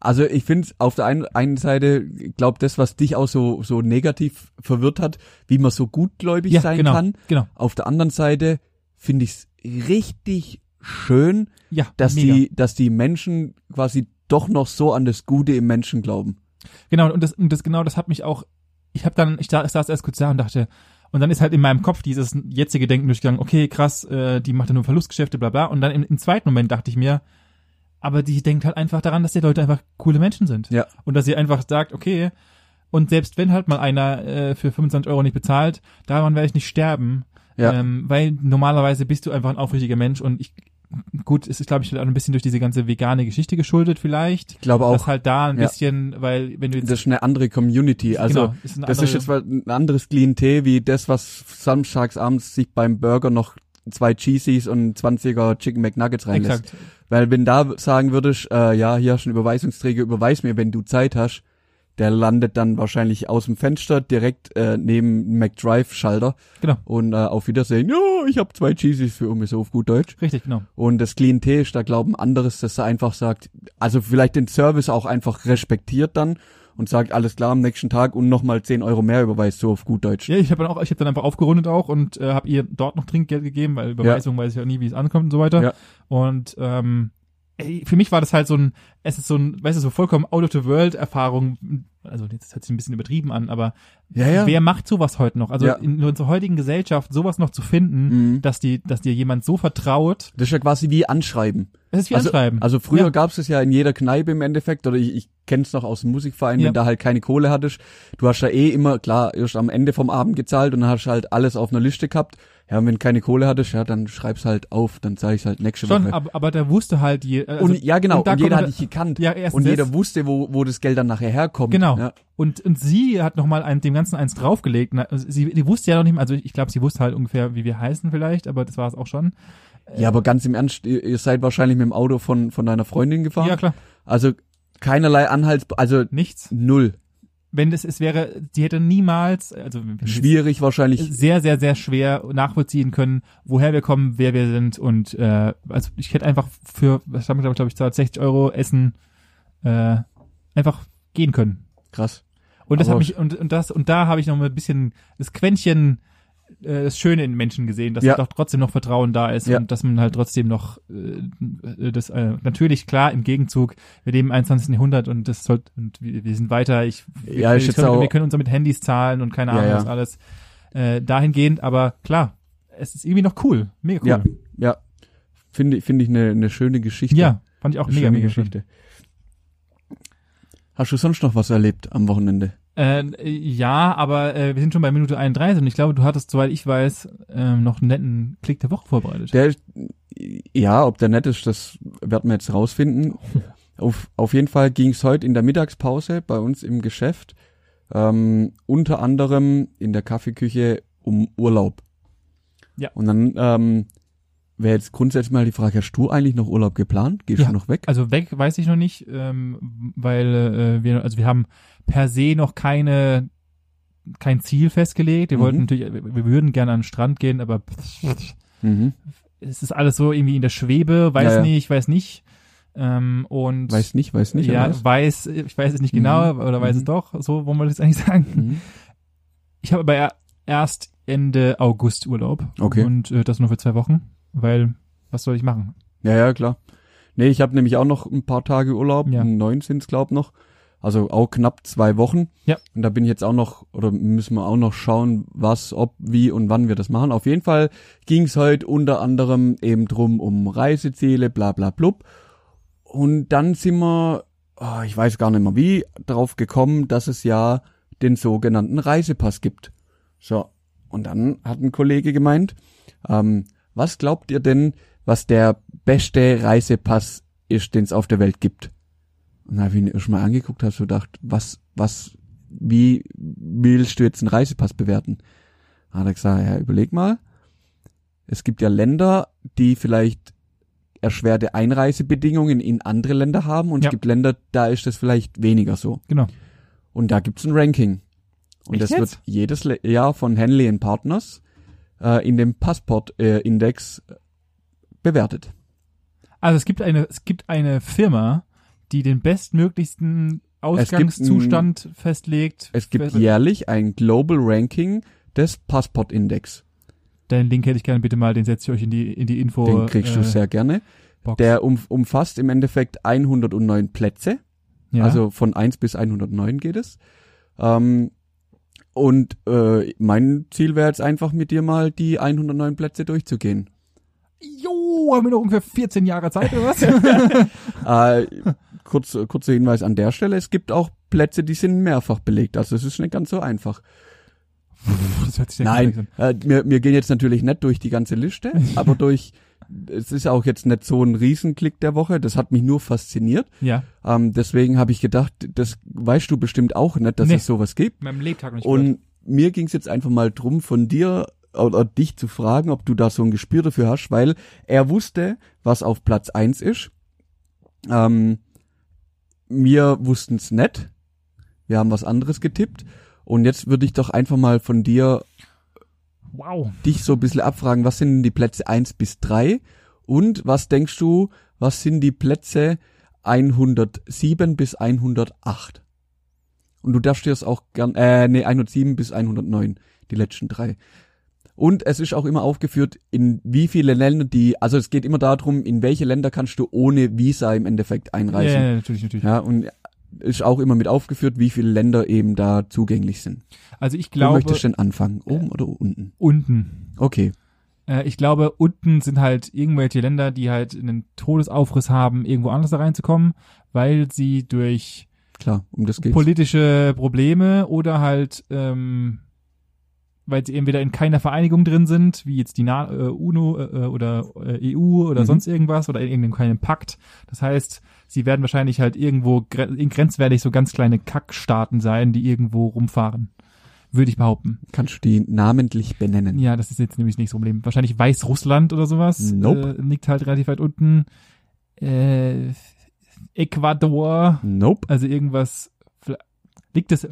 [SPEAKER 1] Also ich finde auf der einen, einen Seite, glaube das, was dich auch so so negativ verwirrt hat, wie man so gutgläubig sein
[SPEAKER 2] genau,
[SPEAKER 1] kann.
[SPEAKER 2] genau.
[SPEAKER 1] Auf der anderen Seite finde ich's richtig schön,
[SPEAKER 2] Ja,
[SPEAKER 1] dass
[SPEAKER 2] mega.
[SPEAKER 1] die dass die Menschen quasi doch noch so an das Gute im Menschen glauben.
[SPEAKER 2] Genau, und das, und das genau, das hat mich auch, ich habe dann, ich da- saß erst kurz da und dachte, und dann ist halt in meinem Kopf dieses jetzige Denken durchgegangen, okay, krass, äh, die macht ja nur Verlustgeschäfte, bla bla. Und dann im, im zweiten Moment dachte ich mir, aber die denkt halt einfach daran, dass die Leute einfach coole Menschen sind.
[SPEAKER 1] Ja.
[SPEAKER 2] Und dass sie einfach sagt, okay, und selbst wenn halt mal einer äh, für 25 Euro nicht bezahlt, daran werde ich nicht sterben.
[SPEAKER 1] Ja.
[SPEAKER 2] Ähm, weil normalerweise bist du einfach ein aufrichtiger Mensch und ich, gut, es ist, glaube ich, halt auch ein bisschen durch diese ganze vegane Geschichte geschuldet vielleicht.
[SPEAKER 1] Ich glaube
[SPEAKER 2] Dass
[SPEAKER 1] auch,
[SPEAKER 2] halt da ein
[SPEAKER 1] Ja.
[SPEAKER 2] bisschen, weil wenn du jetzt
[SPEAKER 1] das ist eine andere Community. Also
[SPEAKER 2] Genau, ist eine
[SPEAKER 1] Das
[SPEAKER 2] andere-
[SPEAKER 1] ist jetzt mal ein anderes Klientel wie das, was samstags abends sich beim Burger noch zwei Cheesies und ein 20er Chicken McNuggets reinlässt.
[SPEAKER 2] exakt.
[SPEAKER 1] Weil wenn da sagen würdest, äh, ja, hier hast du einen Überweisungsträger, überweis mir, wenn du Zeit hast, der landet dann wahrscheinlich aus dem Fenster direkt äh, neben dem McDrive-Schalter
[SPEAKER 2] Genau.
[SPEAKER 1] und äh, auf Wiedersehen, ja, ich habe zwei Cheesies für mich so auf gut Deutsch.
[SPEAKER 2] Richtig, genau.
[SPEAKER 1] Und das Klientel ist da, glaube ich, ein anderes, dass er einfach sagt, also vielleicht den Service auch einfach respektiert dann und sagt, alles klar, am nächsten Tag und nochmal 10 Euro mehr überweist, so auf gut Deutsch.
[SPEAKER 2] Ja, ich habe dann auch, ich habe dann einfach aufgerundet auch und äh, habe ihr dort noch Trinkgeld gegeben, weil Überweisung weiß ich ja nie, wie es ankommt und so weiter.
[SPEAKER 1] Ja.
[SPEAKER 2] Und ähm, ey, für mich war das halt so ein, es ist so ein, weißt du, so vollkommen out of the world Erfahrung. Also jetzt hört sich ein bisschen übertrieben an, aber
[SPEAKER 1] Ja,
[SPEAKER 2] wer macht sowas heute noch? Also
[SPEAKER 1] Ja.
[SPEAKER 2] in, unserer heutigen Gesellschaft sowas noch zu finden,
[SPEAKER 1] Mhm.
[SPEAKER 2] dass die, dass dir jemand so vertraut,
[SPEAKER 1] Das ist ja quasi wie Anschreiben.
[SPEAKER 2] es ist wie
[SPEAKER 1] Also-
[SPEAKER 2] anschreiben.
[SPEAKER 1] Also früher
[SPEAKER 2] Ja.
[SPEAKER 1] gab's es ja in jeder Kneipe im Endeffekt, oder ich, ich kenn's noch aus dem Musikverein,
[SPEAKER 2] Ja.
[SPEAKER 1] wenn da halt keine Kohle hattest, du hast ja eh immer, klar, erst am Ende vom Abend gezahlt und dann hast du halt alles auf einer Liste gehabt. Ja, und wenn keine Kohle hattest, ja, dann schreib's halt auf, dann zeige ich's halt nächste
[SPEAKER 2] Schon,
[SPEAKER 1] Woche.
[SPEAKER 2] aber, aber da wusste halt die, also,
[SPEAKER 1] und ja, genau,
[SPEAKER 2] und
[SPEAKER 1] und,
[SPEAKER 2] da
[SPEAKER 1] jeder
[SPEAKER 2] kommt-
[SPEAKER 1] hat dich gekannt.
[SPEAKER 2] ja, erstens
[SPEAKER 1] Und
[SPEAKER 2] das.
[SPEAKER 1] jeder wusste, wo, wo das Geld dann nachher herkommt.
[SPEAKER 2] Genau.
[SPEAKER 1] Ja,
[SPEAKER 2] Und, und sie hat nochmal ein, dem Ganzen eins draufgelegt. Na, also Sie, die wusste ja noch nicht mal, also ich glaube, sie wusste halt ungefähr, wie wir heißen vielleicht, aber das war es auch schon.
[SPEAKER 1] ja aber ganz im Ernst, ihr, ihr seid wahrscheinlich mit dem Auto von, von deiner Freundin gefahren.
[SPEAKER 2] Ja, klar.
[SPEAKER 1] Also keinerlei Anhalts, also
[SPEAKER 2] Nichts.
[SPEAKER 1] null.
[SPEAKER 2] Wenn das es wäre, sie hätte niemals, also wenn sie-
[SPEAKER 1] Schwierig wahrscheinlich.
[SPEAKER 2] sehr, sehr, sehr schwer nachvollziehen können, woher wir kommen, wer wir sind und äh, also ich hätte einfach für, was haben wir, glaube ich, 60 Euro Essen äh, einfach gehen können.
[SPEAKER 1] Krass.
[SPEAKER 2] Und das
[SPEAKER 1] Aber-
[SPEAKER 2] hat mich und, und das und da habe ich noch mal ein bisschen das Quäntchen äh, das Schöne in Menschen gesehen, dass
[SPEAKER 1] Ja.
[SPEAKER 2] doch trotzdem noch Vertrauen da ist
[SPEAKER 1] Ja.
[SPEAKER 2] und dass man halt trotzdem noch äh, das äh, natürlich klar im Gegenzug wir leben im 21. Jahrhundert und das sollte und wir, wir sind weiter ich wir,
[SPEAKER 1] Ja, ich
[SPEAKER 2] wir,
[SPEAKER 1] schätze
[SPEAKER 2] können,
[SPEAKER 1] auch-
[SPEAKER 2] wir können uns mit Handys zahlen und keine
[SPEAKER 1] Ja,
[SPEAKER 2] Ahnung
[SPEAKER 1] ja.
[SPEAKER 2] was alles äh, dahingehend aber klar es ist irgendwie noch cool mega cool
[SPEAKER 1] Ja, ja. Finde, finde ich eine, eine schöne Geschichte.
[SPEAKER 2] Ja, fand ich auch
[SPEAKER 1] eine
[SPEAKER 2] mega
[SPEAKER 1] schöne
[SPEAKER 2] mega schön.
[SPEAKER 1] Geschichte. Hast du sonst noch was erlebt am Wochenende?
[SPEAKER 2] Äh, ja, aber äh, wir sind schon bei Minute 31 und ich glaube, du hattest, soweit ich weiß, ähm, noch einen netten Klick der Woche vorbereitet.
[SPEAKER 1] Der, ja, ob der nett ist, das werden wir jetzt rausfinden. Auf, auf jeden Fall ging es heute in der Mittagspause bei uns im Geschäft, ähm, unter anderem in der Kaffeeküche um Urlaub.
[SPEAKER 2] Ja.
[SPEAKER 1] Und dann ähm, wäre jetzt grundsätzlich mal die Frage, hast du eigentlich noch Urlaub geplant? Gehst
[SPEAKER 2] Ja.
[SPEAKER 1] du noch weg?
[SPEAKER 2] Also weg weiß ich noch nicht, ähm, weil äh, wir, also wir haben per se noch keine kein Ziel festgelegt. Wir
[SPEAKER 1] Mhm.
[SPEAKER 2] wollten natürlich, wir wir würden gerne an den Strand gehen, aber pff,
[SPEAKER 1] Mhm.
[SPEAKER 2] es ist alles so irgendwie in der Schwebe, weiß
[SPEAKER 1] Ja, ja.
[SPEAKER 2] nicht, weiß nicht. Ähm, und
[SPEAKER 1] Weiß nicht, weiß nicht.
[SPEAKER 2] ja,
[SPEAKER 1] oder was?
[SPEAKER 2] weiß, ich weiß es nicht genau,
[SPEAKER 1] Mhm.
[SPEAKER 2] oder weiß
[SPEAKER 1] Mhm.
[SPEAKER 2] es doch, so wollen wir das eigentlich sagen.
[SPEAKER 1] Mhm.
[SPEAKER 2] Ich habe aber er- erst Ende August Urlaub.
[SPEAKER 1] Okay.
[SPEAKER 2] Und äh, das nur für zwei Wochen, weil was soll ich machen?
[SPEAKER 1] Ja, ja, klar. Nee, ich habe nämlich auch noch ein paar Tage Urlaub, um
[SPEAKER 2] Ja.
[SPEAKER 1] neun sind's glaub noch. Also auch knapp zwei Wochen.
[SPEAKER 2] Ja.
[SPEAKER 1] Und da bin ich jetzt auch noch, oder müssen wir auch noch schauen, was, ob, wie und wann wir das machen. Auf jeden Fall ging's heute unter anderem eben drum um Reiseziele, bla bla blub. Und dann sind wir, ah, ich weiß gar nicht mehr wie, drauf gekommen, dass es ja den sogenannten Reisepass gibt. So, und dann hat ein Kollege gemeint, ähm, was glaubt ihr denn, was der beste Reisepass ist, den es auf der Welt gibt? Und dann habe ich ihn schon mal angeguckt, habe so gedacht, was, was, wie willst du jetzt einen Reisepass bewerten? Dann hat er gesagt, ja, überleg mal. Es gibt ja Länder, die vielleicht erschwerte Einreisebedingungen in andere Länder haben und
[SPEAKER 2] Ja.
[SPEAKER 1] es gibt Länder, da ist das vielleicht weniger so.
[SPEAKER 2] Genau.
[SPEAKER 1] Und da gibt's ein Ranking. Und
[SPEAKER 2] Echt
[SPEAKER 1] das
[SPEAKER 2] jetzt?
[SPEAKER 1] wird jedes Le- Jahr von Henley Partners äh, in dem Passport-Index äh, bewertet.
[SPEAKER 2] Also es gibt eine, es gibt eine Firma, die den bestmöglichsten Ausgangszustand festlegt.
[SPEAKER 1] Es gibt
[SPEAKER 2] Wer-
[SPEAKER 1] jährlich ein Global Ranking des Passport-Index.
[SPEAKER 2] Den Link hätte ich gerne bitte mal, den setze ich euch in die, in die Info. äh,
[SPEAKER 1] Den kriegst du sehr gerne.
[SPEAKER 2] Box.
[SPEAKER 1] Der um, umfasst im Endeffekt 109 Plätze.
[SPEAKER 2] ja.
[SPEAKER 1] Also von 1 bis 109 geht es. Ähm, und äh, mein Ziel wäre jetzt einfach mit dir mal die 109 Plätze durchzugehen.
[SPEAKER 2] Jo, haben wir noch ungefähr 14 Jahre Zeit oder was?
[SPEAKER 1] Äh, kurz, kurzer Hinweis an der Stelle, es gibt auch Plätze, die sind mehrfach belegt. Also es ist nicht ganz so einfach.
[SPEAKER 2] das hört sich sehr komplex
[SPEAKER 1] Nein,
[SPEAKER 2] an.
[SPEAKER 1] äh, wir, wir gehen jetzt natürlich nicht durch die ganze Liste, aber durch, es ist auch jetzt nicht so ein Riesenklick der Woche, das hat mich nur fasziniert.
[SPEAKER 2] Ja,
[SPEAKER 1] Ähm, deswegen habe ich gedacht, das weißt du bestimmt auch nicht, dass
[SPEAKER 2] Nee.
[SPEAKER 1] es sowas gibt.
[SPEAKER 2] meinem Lebtag noch halt nicht gehört.
[SPEAKER 1] Und mir ging es jetzt einfach mal drum, von dir oder dich zu fragen, ob du da so ein Gespür dafür hast, weil er wusste, was auf Platz eins ist. Ähm, wir wussten es nicht. Wir haben was anderes getippt. Und jetzt würde ich doch einfach mal von dir
[SPEAKER 2] Wow.
[SPEAKER 1] dich so ein bisschen abfragen, was sind denn die Plätze eins bis drei und was denkst du, was sind die Plätze 107 bis 108? Und du darfst dir das auch gern, äh, nee, 107 bis 109, die letzten drei. Und es ist auch immer aufgeführt, in wie viele Länder die, also es geht immer darum, in welche Länder kannst du ohne Visa im Endeffekt
[SPEAKER 2] Ja,
[SPEAKER 1] einreisen.
[SPEAKER 2] ja, natürlich, natürlich.
[SPEAKER 1] Ja, und ist auch immer mit aufgeführt, wie viele Länder eben da zugänglich sind.
[SPEAKER 2] Also ich
[SPEAKER 1] Wo
[SPEAKER 2] glaube,
[SPEAKER 1] möchtest du denn anfangen? Oben oder unten?
[SPEAKER 2] unten.
[SPEAKER 1] Okay.
[SPEAKER 2] Äh, ich glaube, unten sind halt irgendwelche Länder, die halt einen Todesaufriss haben, irgendwo anders da reinzukommen, weil sie durch
[SPEAKER 1] Klar, um das geht's.
[SPEAKER 2] politische Probleme oder halt, ähm, weil sie entweder in keiner Vereinigung drin sind, wie jetzt die Na äh, UNO äh, oder äh, EU oder
[SPEAKER 1] Mhm.
[SPEAKER 2] sonst irgendwas oder in irgendeinem kleinen Pakt. Das heißt, sie werden wahrscheinlich halt irgendwo gre in- grenzwertig so ganz kleine Kackstaaten sein, die irgendwo rumfahren. Würde ich behaupten.
[SPEAKER 1] Kannst du die namentlich benennen?
[SPEAKER 2] Ja, das ist jetzt nämlich nicht so ein Problem. Wahrscheinlich Weißrussland oder sowas.
[SPEAKER 1] Nope.
[SPEAKER 2] Äh, liegt halt relativ weit unten. Äh, Ecuador.
[SPEAKER 1] Nope.
[SPEAKER 2] Also irgendwas. vla- Liegt es.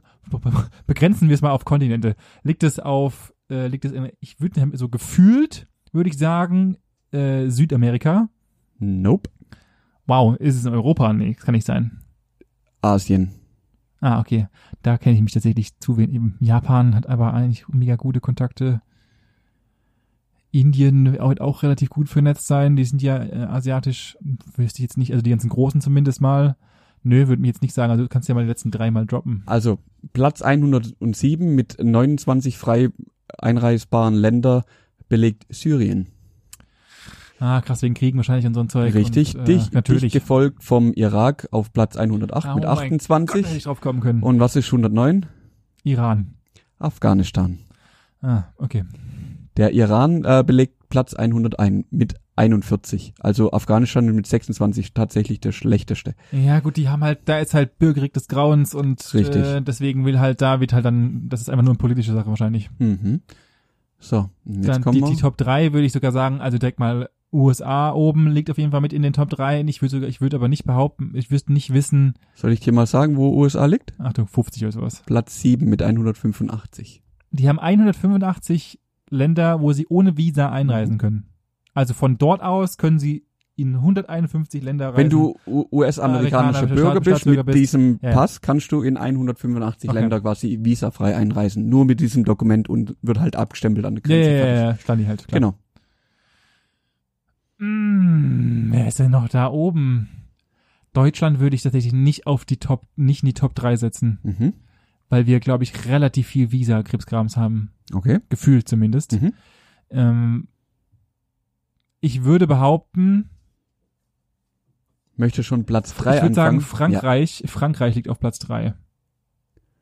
[SPEAKER 2] Begrenzen wir es mal auf Kontinente. Liegt es auf. Äh, liegt es in. Ich würde so gefühlt, würde ich sagen, äh, Südamerika.
[SPEAKER 1] Nope.
[SPEAKER 2] Wow, ist es in Europa? Nee, das kann nicht sein.
[SPEAKER 1] Asien.
[SPEAKER 2] Ah, okay. Da kenne ich mich tatsächlich zu wenig. Eben Japan hat aber eigentlich mega gute Kontakte. Indien wird auch relativ gut vernetzt sein. Die sind ja äh, asiatisch, wüsste ich jetzt nicht, also die ganzen Großen zumindest mal. Nö, würde mir jetzt nicht sagen. Also du kannst ja mal die letzten drei mal droppen.
[SPEAKER 1] Also Platz 107 mit 29 frei einreisbaren Länder belegt Syrien.
[SPEAKER 2] Ah, krass, wegen Kriegen wahrscheinlich und so ein Zeug.
[SPEAKER 1] Richtig.
[SPEAKER 2] und, äh,
[SPEAKER 1] dich,
[SPEAKER 2] Natürlich.
[SPEAKER 1] dich gefolgt vom Irak auf Platz 108
[SPEAKER 2] Ah,
[SPEAKER 1] mit
[SPEAKER 2] oh mein Gott, hätte
[SPEAKER 1] 28.
[SPEAKER 2] ich drauf kommen können.
[SPEAKER 1] Und was ist 109?
[SPEAKER 2] Iran.
[SPEAKER 1] Afghanistan.
[SPEAKER 2] Ah, okay.
[SPEAKER 1] Der Iran äh, belegt Platz 101 mit 41. Also Afghanistan mit 26 tatsächlich der schlechteste.
[SPEAKER 2] Ja, gut, die haben halt, da ist halt Bürgerkrieg des Grauens und
[SPEAKER 1] Richtig.
[SPEAKER 2] Äh, deswegen will halt da, wird halt dann, das ist einfach nur eine politische Sache wahrscheinlich.
[SPEAKER 1] Mhm. So, und jetzt
[SPEAKER 2] dann
[SPEAKER 1] kommen
[SPEAKER 2] die,
[SPEAKER 1] wir.
[SPEAKER 2] die Top 3 würde ich sogar sagen, also direkt mal USA oben liegt auf jeden Fall mit in den Top 3. Ich würde sogar, ich würde aber nicht behaupten, ich wüsste nicht wissen,
[SPEAKER 1] Soll ich dir mal sagen, wo USA liegt?
[SPEAKER 2] Achtung, 50 oder sowas.
[SPEAKER 1] Platz 7 mit 185.
[SPEAKER 2] Die haben
[SPEAKER 1] Mhm.
[SPEAKER 2] 185 Länder, wo sie ohne Visa einreisen können. Also von dort aus können sie in 151 Länder reisen.
[SPEAKER 1] Wenn du U- US-amerikanischer
[SPEAKER 2] Amerikaner,
[SPEAKER 1] Bürger bist,
[SPEAKER 2] Staatsbürger
[SPEAKER 1] mit
[SPEAKER 2] bist,
[SPEAKER 1] diesem
[SPEAKER 2] ja, ja.
[SPEAKER 1] Pass kannst du in 185
[SPEAKER 2] Okay.
[SPEAKER 1] Länder quasi visafrei einreisen. Nur mit diesem Dokument und wird halt abgestempelt an der
[SPEAKER 2] ja,
[SPEAKER 1] Grenze.
[SPEAKER 2] ja, ja,
[SPEAKER 1] fertig.
[SPEAKER 2] ja, stand ich halt. Klar.
[SPEAKER 1] Genau.
[SPEAKER 2] Mm, wer ist denn noch da oben? Deutschland würde ich tatsächlich nicht auf die Top, nicht in die Top 3 setzen,
[SPEAKER 1] Mhm.
[SPEAKER 2] weil wir, glaube ich, relativ viel Visa-Krebsgrams haben.
[SPEAKER 1] Okay.
[SPEAKER 2] Gefühlt zumindest.
[SPEAKER 1] Mhm.
[SPEAKER 2] Ähm, ich würde behaupten,
[SPEAKER 1] Möchte schon Platz frei
[SPEAKER 2] ich würde sagen,
[SPEAKER 1] anfangen.
[SPEAKER 2] Frankreich, Frankreich liegt auf Platz 3.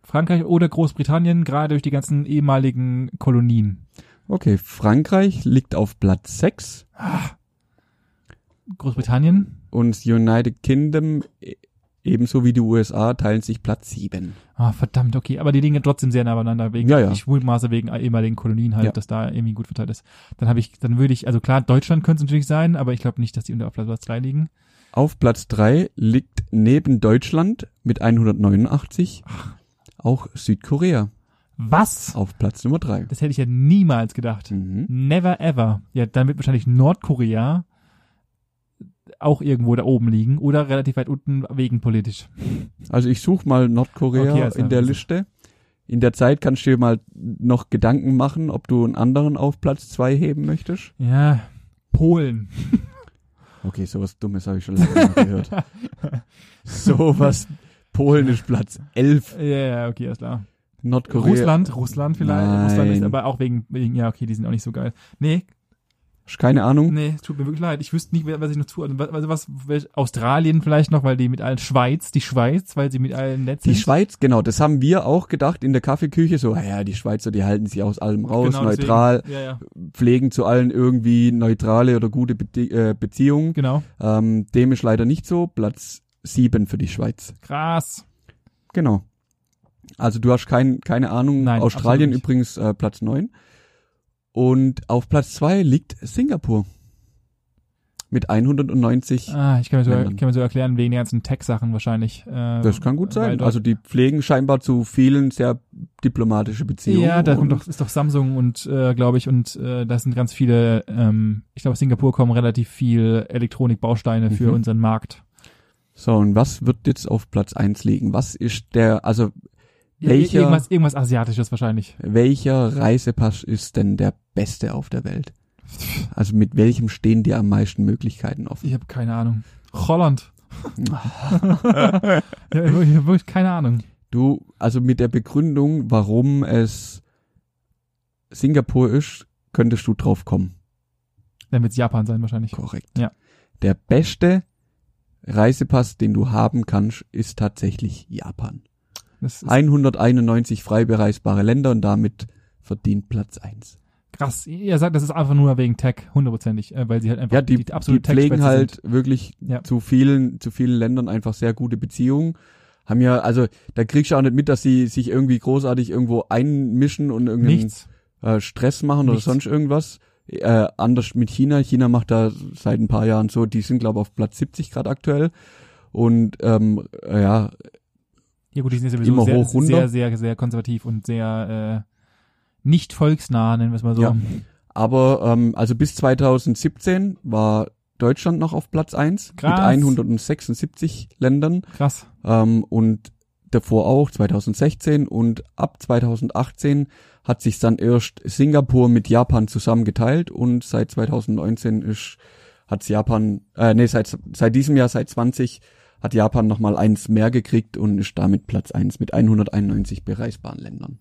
[SPEAKER 2] Frankreich oder Großbritannien, gerade durch die ganzen ehemaligen Kolonien.
[SPEAKER 1] Ja. Okay, Frankreich liegt auf Platz 6
[SPEAKER 2] Großbritannien?
[SPEAKER 1] und das United Kingdom e- ebenso wie die USA teilen sich Platz 7.
[SPEAKER 2] Ah, verdammt, okay. Aber die liegen ja trotzdem sehr nah beieinander wegen
[SPEAKER 1] Ja, ja.
[SPEAKER 2] ich mutmaße wegen ehemaligen Kolonien halt,
[SPEAKER 1] Ja.
[SPEAKER 2] dass da irgendwie gut verteilt ist. Dann habe ich, dann würde ich, also klar, Deutschland könnte es natürlich sein, aber ich glaube nicht, dass die unter auf Platz 3 liegen.
[SPEAKER 1] Auf Platz 3 liegt neben Deutschland mit 189 auch Südkorea
[SPEAKER 2] Was?
[SPEAKER 1] auf Platz Nummer 3.
[SPEAKER 2] Das hätte ich ja niemals gedacht.
[SPEAKER 1] Mhm.
[SPEAKER 2] Never ever. Ja, dann wird wahrscheinlich Nordkorea auch irgendwo da oben liegen oder relativ weit unten wegen politisch.
[SPEAKER 1] Also ich suche mal Nordkorea
[SPEAKER 2] Okay, also
[SPEAKER 1] in der
[SPEAKER 2] also.
[SPEAKER 1] Liste. In der Zeit kannst du dir mal noch Gedanken machen, ob du einen anderen auf Platz 2 heben möchtest.
[SPEAKER 2] Ja, Polen.
[SPEAKER 1] Okay, sowas Dummes habe ich schon lange nicht mehr gehört. Sowas. Polen ist Platz 11.
[SPEAKER 2] Ja, ja, okay, alles klar.
[SPEAKER 1] Nordkorea.
[SPEAKER 2] Russland, Russland vielleicht.
[SPEAKER 1] Nein.
[SPEAKER 2] Russland ist aber auch wegen, wegen, ja, okay, die sind auch nicht so geil. Nee,
[SPEAKER 1] Ist Keine Ahnung.
[SPEAKER 2] Nee, es tut mir wirklich leid. Ich wüsste nicht, wer- was ich noch zu. Also was, welch- Australien vielleicht noch, weil die mit allen Schweiz, die Schweiz, weil sie mit allen nett
[SPEAKER 1] Die
[SPEAKER 2] sind.
[SPEAKER 1] Schweiz, genau, das haben wir auch gedacht in der Kaffeeküche. So, "Ah ja, die Schweizer, die halten sich aus allem raus,
[SPEAKER 2] Genau, deswegen.
[SPEAKER 1] neutral,
[SPEAKER 2] Ja, ja,
[SPEAKER 1] pflegen zu allen irgendwie neutrale oder gute Be äh, Beziehungen.
[SPEAKER 2] genau.
[SPEAKER 1] Ähm, dem ist leider nicht so. Platz 7 für die Schweiz.
[SPEAKER 2] Krass.
[SPEAKER 1] Genau. Also du hast kein, keine Ahnung.
[SPEAKER 2] Nein,
[SPEAKER 1] Australien
[SPEAKER 2] absolut nicht.
[SPEAKER 1] übrigens äh, Platz 9. Und auf Platz 2 liegt Singapur. Mit 190.
[SPEAKER 2] Ah, ich kann mir so,
[SPEAKER 1] Ländern.
[SPEAKER 2] kann mir so erklären, wegen den ganzen Tech-Sachen wahrscheinlich. Äh,
[SPEAKER 1] das kann gut
[SPEAKER 2] weil
[SPEAKER 1] sein.
[SPEAKER 2] dort-
[SPEAKER 1] Also die pflegen scheinbar zu vielen sehr diplomatische Beziehungen.
[SPEAKER 2] ja, da
[SPEAKER 1] und-
[SPEAKER 2] kommt doch, ist doch Samsung und, äh, glaube ich, und äh, da sind ganz viele, ähm, ich glaube, aus Singapur kommen relativ viel Elektronikbausteine für
[SPEAKER 1] Mhm.
[SPEAKER 2] unseren Markt.
[SPEAKER 1] So, und was wird jetzt auf Platz 1 liegen? Was ist der, also
[SPEAKER 2] Ir-
[SPEAKER 1] Welcher-
[SPEAKER 2] Irgendwas, irgendwas Asiatisches wahrscheinlich.
[SPEAKER 1] welcher Reisepass ist denn der beste auf der Welt? Also mit welchem stehen dir am meisten Möglichkeiten offen?
[SPEAKER 2] Ich habe keine Ahnung. Holland. Ja, ich hab wirklich keine Ahnung.
[SPEAKER 1] Du, also mit der Begründung, warum es Singapur ist, könntest du drauf kommen.
[SPEAKER 2] Dann wird's Japan sein wahrscheinlich.
[SPEAKER 1] Korrekt.
[SPEAKER 2] Ja.
[SPEAKER 1] Der beste Reisepass, den du haben kannst, ist tatsächlich Japan.
[SPEAKER 2] Das ist
[SPEAKER 1] 191 frei bereisbare Länder und damit verdient Platz 1.
[SPEAKER 2] krass. Ihr sagt, das ist einfach nur wegen Tech, hundertprozentig, äh, weil sie halt einfach
[SPEAKER 1] Ja, die, die,
[SPEAKER 2] absolute
[SPEAKER 1] pflegen
[SPEAKER 2] Tech-Spätze
[SPEAKER 1] halt
[SPEAKER 2] sind.
[SPEAKER 1] wirklich
[SPEAKER 2] Ja.
[SPEAKER 1] zu vielen, zu vielen Ländern einfach sehr gute Beziehungen. Haben ja, also da kriegst du auch nicht mit, dass sie sich irgendwie großartig irgendwo einmischen und irgendwie
[SPEAKER 2] nichts.
[SPEAKER 1] äh, Stress machen oder
[SPEAKER 2] Nichts.
[SPEAKER 1] sonst irgendwas. Äh, anders mit China. China macht da seit ein paar Jahren so, die sind glaube auf Platz 70 gerade aktuell. Und ähm, äh, ja,
[SPEAKER 2] Ja gut, die sind ja sowieso
[SPEAKER 1] immer
[SPEAKER 2] sehr,
[SPEAKER 1] hoch, runter.
[SPEAKER 2] sehr, sehr, sehr konservativ und sehr äh, nicht volksnah, nennen wir es mal so.
[SPEAKER 1] Ja. aber ähm, also bis 2017 war Deutschland noch auf Platz 1
[SPEAKER 2] Krass.
[SPEAKER 1] mit 176 Ländern
[SPEAKER 2] Krass.
[SPEAKER 1] ähm, und davor auch 2016 und ab 2018 hat sich dann erst Singapur mit Japan zusammengeteilt und seit 2019 ist hat Japan äh, nee seit seit diesem Jahr seit 20 hat Japan noch mal eins mehr gekriegt und ist damit Platz eins mit 191 bereisbaren Ländern.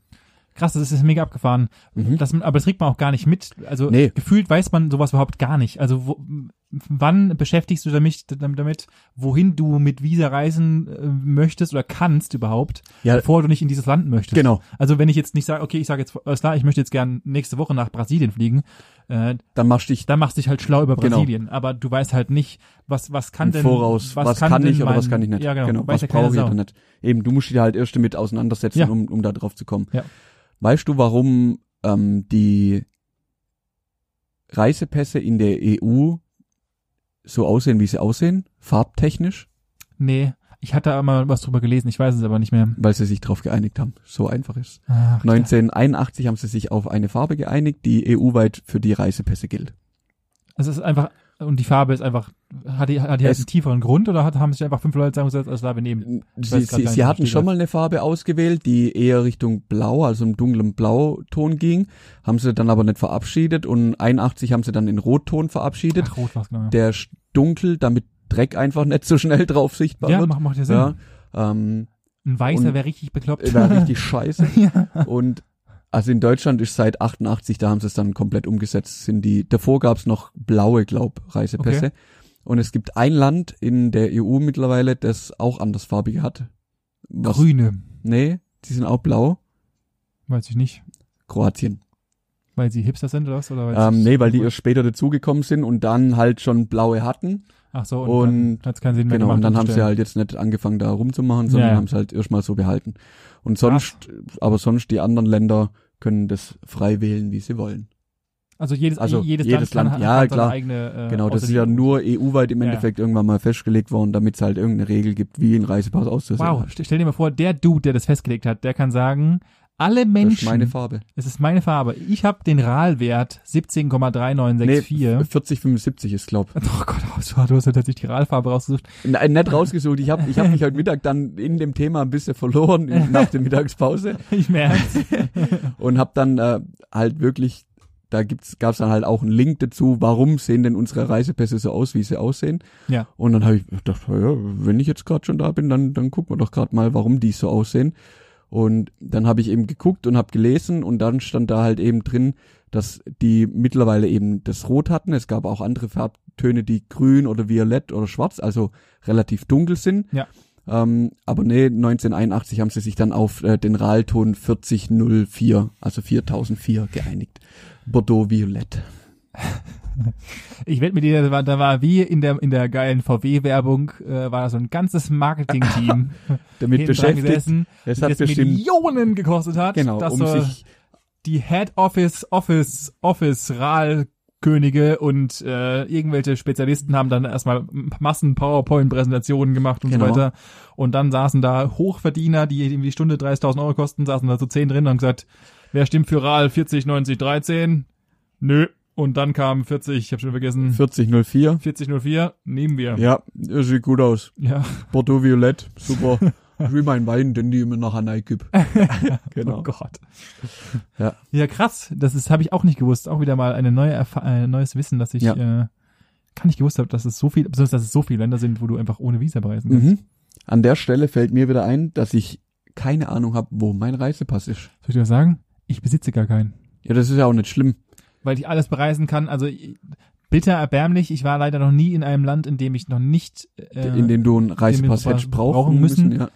[SPEAKER 2] Krass, das ist mega abgefahren.
[SPEAKER 1] Mhm.
[SPEAKER 2] Das, aber das kriegt man auch gar nicht mit. Also
[SPEAKER 1] Nee.
[SPEAKER 2] gefühlt weiß man sowas überhaupt gar nicht. Also wo, wann beschäftigst du damit, damit, wohin du mit Visa reisen äh, möchtest oder kannst überhaupt,
[SPEAKER 1] Ja.
[SPEAKER 2] bevor du nicht in dieses Land möchtest?
[SPEAKER 1] Genau,
[SPEAKER 2] Also wenn ich jetzt nicht sage, okay, ich sage jetzt, alles klar, ich möchte jetzt gern nächste Woche nach Brasilien fliegen, äh,
[SPEAKER 1] dann machst dich
[SPEAKER 2] dann machst du dich halt schlau über
[SPEAKER 1] Genau.
[SPEAKER 2] Brasilien. Aber du weißt halt nicht, was was kann
[SPEAKER 1] im
[SPEAKER 2] denn
[SPEAKER 1] Voraus, was, kann,
[SPEAKER 2] denn
[SPEAKER 1] ich oder
[SPEAKER 2] mein-
[SPEAKER 1] was kann ich nicht.
[SPEAKER 2] Ja genau. weiß
[SPEAKER 1] was
[SPEAKER 2] ja keine
[SPEAKER 1] brauche ich
[SPEAKER 2] Sau.
[SPEAKER 1] oder nicht. Eben, du musst dich halt erst damit auseinandersetzen,
[SPEAKER 2] Ja.
[SPEAKER 1] um, um da drauf zu kommen.
[SPEAKER 2] Ja.
[SPEAKER 1] Weißt du, warum ähm, die Reisepässe in der EU so aussehen, wie sie aussehen? Farbtechnisch?
[SPEAKER 2] Nee, ich hatte einmal was drüber gelesen, ich weiß es aber nicht mehr.
[SPEAKER 1] Weil sie sich drauf geeinigt haben. So einfach ist.
[SPEAKER 2] Ach,
[SPEAKER 1] 1981 haben sie sich auf eine Farbe E geeinigt, die EU-weit für die Reisepässe gilt.
[SPEAKER 2] Es ist einfach und die Farbe ist einfach Hat die, hat die halt
[SPEAKER 1] Es-
[SPEAKER 2] einen tieferen Grund oder hat, haben sich einfach fünf Leute zusammengesetzt, als da wir nehmen?
[SPEAKER 1] Sie,
[SPEAKER 2] grad gar
[SPEAKER 1] sie,
[SPEAKER 2] nicht,
[SPEAKER 1] sie
[SPEAKER 2] was
[SPEAKER 1] hatten
[SPEAKER 2] steht da.
[SPEAKER 1] schon mal eine Farbe ausgewählt, die eher Richtung Blau, also im dunklen Blauton ging, haben sie dann aber nicht verabschiedet und 81 haben sie dann in Rotton verabschiedet,
[SPEAKER 2] Ach, rot war's, genau. ja.
[SPEAKER 1] der sch- dunkel, damit Dreck einfach nicht so schnell drauf sichtbar
[SPEAKER 2] ja,
[SPEAKER 1] wird.
[SPEAKER 2] macht, macht ja Sinn.
[SPEAKER 1] Ja, ähm,
[SPEAKER 2] Ein weißer
[SPEAKER 1] Und-
[SPEAKER 2] wäre richtig bekloppt.
[SPEAKER 1] war richtig scheiße.
[SPEAKER 2] ja.
[SPEAKER 1] Und also in Deutschland ist seit 88, da haben sie es dann komplett umgesetzt, sind die, davor gab es noch blaue, glaub, Reisepässe. Und es gibt ein Land in der EU mittlerweile, das auch andersfarbige hat. Was-
[SPEAKER 2] Grüne,
[SPEAKER 1] Nee, die sind auch blau.
[SPEAKER 2] weiß ich nicht.
[SPEAKER 1] Kroatien.
[SPEAKER 2] Weil sie Hipster sind oder was? Oder weil
[SPEAKER 1] Ähm,
[SPEAKER 2] sie-
[SPEAKER 1] nee, weil die erst später dazugekommen sind und dann halt schon blaue hatten.
[SPEAKER 2] Ach so,
[SPEAKER 1] und-
[SPEAKER 2] und, hat es keinen Sinn mehr
[SPEAKER 1] genau,
[SPEAKER 2] gemacht.
[SPEAKER 1] und dann haben sie
[SPEAKER 2] umzustellen.
[SPEAKER 1] halt jetzt nicht angefangen, da rumzumachen, sondern
[SPEAKER 2] Ja, ja.
[SPEAKER 1] haben es halt erstmal so behalten. Und sonst, aber sonst die anderen Länder können das frei wählen, wie sie wollen.
[SPEAKER 2] Also jedes,
[SPEAKER 1] also
[SPEAKER 2] jedes,
[SPEAKER 1] jedes Land,
[SPEAKER 2] Land, kann,
[SPEAKER 1] ja,
[SPEAKER 2] hat seine
[SPEAKER 1] klar.
[SPEAKER 2] eigene. Äh,
[SPEAKER 1] genau, das ist
[SPEAKER 2] Außenlinie.
[SPEAKER 1] ja nur EU-weit im
[SPEAKER 2] Ja, ja.
[SPEAKER 1] Endeffekt irgendwann mal festgelegt worden, damit es halt irgendeine Regel gibt, wie ein Reisepass auszusehen
[SPEAKER 2] Wow,
[SPEAKER 1] hat.
[SPEAKER 2] st- stell dir mal vor, der Dude, der das festgelegt hat, der kann sagen, alle
[SPEAKER 1] Das ist
[SPEAKER 2] Menschen,
[SPEAKER 1] meine Farbe.
[SPEAKER 2] es ist meine Farbe, ich habe den RAL-Wert 17,3964.
[SPEAKER 1] Nee, 4075 ist, glaub.
[SPEAKER 2] Oh Gott, du hast- du hast ja tatsächlich die RAL-Farbe rausgesucht.
[SPEAKER 1] Nein, nicht rausgesucht. Ich habe ich hab mich heute Mittag dann in dem Thema ein bisschen verloren in, nach der Mittagspause.
[SPEAKER 2] Ich merk's.
[SPEAKER 1] und habe dann äh, halt wirklich, da gibt's, gab's dann halt auch einen Link dazu, warum sehen denn unsere Reisepässe so aus, wie sie aussehen.
[SPEAKER 2] Ja.
[SPEAKER 1] Und dann habe ich gedacht, na ja, wenn ich jetzt gerade schon da bin, dann, dann gucken wir doch gerade mal, warum die so aussehen. Und dann habe ich eben geguckt und habe gelesen und dann stand da halt eben drin, dass die mittlerweile eben das Rot hatten. Es gab auch andere Farbtöne, die grün oder violett oder schwarz, also relativ dunkel sind.
[SPEAKER 2] Ja.
[SPEAKER 1] Ähm, aber nee, 1981 haben sie sich dann auf äh, den RAL-Ton 4004, also 4004 geeinigt. Bordeaux Violett.
[SPEAKER 2] Ich wette mit dir, da war, da war wie in der, in der geilen VW-Werbung, äh, war da so ein ganzes Marketing-Team
[SPEAKER 1] Damit
[SPEAKER 2] hinten dran
[SPEAKER 1] beschäftigt,
[SPEAKER 2] gesessen,
[SPEAKER 1] es hat
[SPEAKER 2] das
[SPEAKER 1] bestimmt,
[SPEAKER 2] Millionen gekostet hat,
[SPEAKER 1] genau,
[SPEAKER 2] dass
[SPEAKER 1] um
[SPEAKER 2] so
[SPEAKER 1] sich
[SPEAKER 2] die Head Office, Office, Office, RAL, Könige und äh, irgendwelche Spezialisten haben dann erstmal Massen PowerPoint-Präsentationen gemacht und
[SPEAKER 1] Genau.
[SPEAKER 2] so weiter. Und dann saßen da Hochverdiener, die irgendwie die Stunde 30.000 Euro kosten, saßen da so 10 drin und haben gesagt, wer stimmt für RAL 40, 90, 13? Nö. Und dann kam 40, ich habe schon vergessen,
[SPEAKER 1] 4004.
[SPEAKER 2] 4004, nehmen wir.
[SPEAKER 1] Ja, das sieht gut aus.
[SPEAKER 2] ja.
[SPEAKER 1] Bordeaux Violett, super. Ich will meinen Wein, den die immer nachher reingib.
[SPEAKER 2] Oh
[SPEAKER 1] genau.
[SPEAKER 2] Gott.
[SPEAKER 1] Ja.
[SPEAKER 2] Ja, krass. Das ist habe ich auch nicht gewusst. Auch wieder mal eine neue Erfa ein neues Wissen, dass ich
[SPEAKER 1] Ja.
[SPEAKER 2] äh, gar nicht gewusst habe, dass es so viel, besonders dass es so viele Länder sind, wo du einfach ohne Visa bereisen kannst.
[SPEAKER 1] Mhm. An der Stelle fällt mir wieder ein, dass ich keine Ahnung habe, wo mein Reisepass ist.
[SPEAKER 2] Soll ich dir was sagen? Ich besitze gar keinen,
[SPEAKER 1] Ja, das ist ja auch nicht schlimm.
[SPEAKER 2] weil ich alles bereisen kann. Also ich- bitter erbärmlich. Ich war leider noch nie in einem Land, in dem ich noch nicht äh,
[SPEAKER 1] in dem du einen Reisepass
[SPEAKER 2] wir
[SPEAKER 1] hättest
[SPEAKER 2] brauchen
[SPEAKER 1] brauchen müssen.
[SPEAKER 2] müssen.
[SPEAKER 1] ja.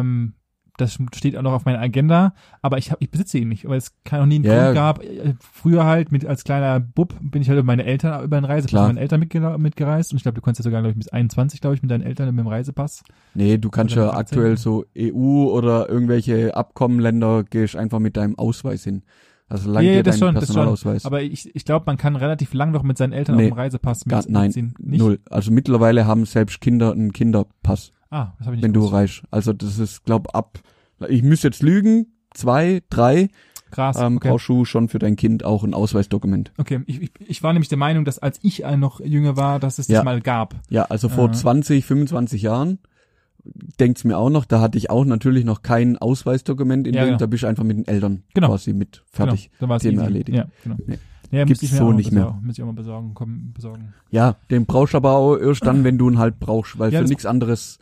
[SPEAKER 2] ähm, das steht auch noch auf meiner Agenda, aber ich, hab, ich besitze ihn nicht, weil es kann noch nie einen
[SPEAKER 1] Ja.
[SPEAKER 2] Grund gab. Äh, Früher halt, mit, als kleiner Bub, bin ich halt mit meinen Eltern über einen Reisepass
[SPEAKER 1] Klar.
[SPEAKER 2] mit meinen Eltern mitgela- mitgereist und ich glaube, du konntest ja sogar, glaube ich, bis 21, glaube ich, mit deinen Eltern mit dem Reisepass.
[SPEAKER 1] Nee, du kannst
[SPEAKER 2] Oder
[SPEAKER 1] ja
[SPEAKER 2] mit 18.
[SPEAKER 1] aktuell so EU oder irgendwelche Abkommenländer gehst einfach mit deinem Ausweis hin. Also solange
[SPEAKER 2] Ja, ja,
[SPEAKER 1] dir
[SPEAKER 2] das
[SPEAKER 1] dein
[SPEAKER 2] schon, das
[SPEAKER 1] Personalausweis.
[SPEAKER 2] Aber ich, ich glaube, man kann relativ lang noch mit seinen Eltern
[SPEAKER 1] Nee.
[SPEAKER 2] auf dem Reisepass
[SPEAKER 1] Gar,
[SPEAKER 2] mit,
[SPEAKER 1] nein,
[SPEAKER 2] mitziehen. Nicht?
[SPEAKER 1] null. Also mittlerweile haben selbst Kinder einen Kinderpass,
[SPEAKER 2] Ah, das habe ich nicht
[SPEAKER 1] wenn du
[SPEAKER 2] gewusst.
[SPEAKER 1] reich. Also das ist, glaub ab, ich müsste jetzt lügen, zwei, drei,
[SPEAKER 2] Krass,
[SPEAKER 1] ähm,
[SPEAKER 2] okay.
[SPEAKER 1] brauchst du schon für dein Kind auch ein Ausweisdokument.
[SPEAKER 2] okay. Ich, ich, ich war nämlich der Meinung, dass als ich äh, noch jünger war, dass es
[SPEAKER 1] Ja.
[SPEAKER 2] das mal gab.
[SPEAKER 1] Ja, also vor
[SPEAKER 2] Aha.
[SPEAKER 1] 20, 25 Jahren denkt's mir auch noch, da hatte ich auch natürlich noch kein Ausweisdokument, in
[SPEAKER 2] Ja,
[SPEAKER 1] dem
[SPEAKER 2] genau.
[SPEAKER 1] da bist du einfach mit den Eltern
[SPEAKER 2] Genau.
[SPEAKER 1] quasi mit fertig.
[SPEAKER 2] Genau, dann war es
[SPEAKER 1] Thema
[SPEAKER 2] easy.
[SPEAKER 1] erledigt.
[SPEAKER 2] Ja, genau.
[SPEAKER 1] Nee.
[SPEAKER 2] Ja,
[SPEAKER 1] Gibt's
[SPEAKER 2] müsste ich mir
[SPEAKER 1] so
[SPEAKER 2] auch mal
[SPEAKER 1] nicht mehr.
[SPEAKER 2] besorgen- Müsste ich auch mal besorgen, kommen, besorgen.
[SPEAKER 1] Ja, den brauchst du aber auch erst dann, wenn du ihn halt brauchst, weil
[SPEAKER 2] Ja,
[SPEAKER 1] für
[SPEAKER 2] das-
[SPEAKER 1] nichts anderes.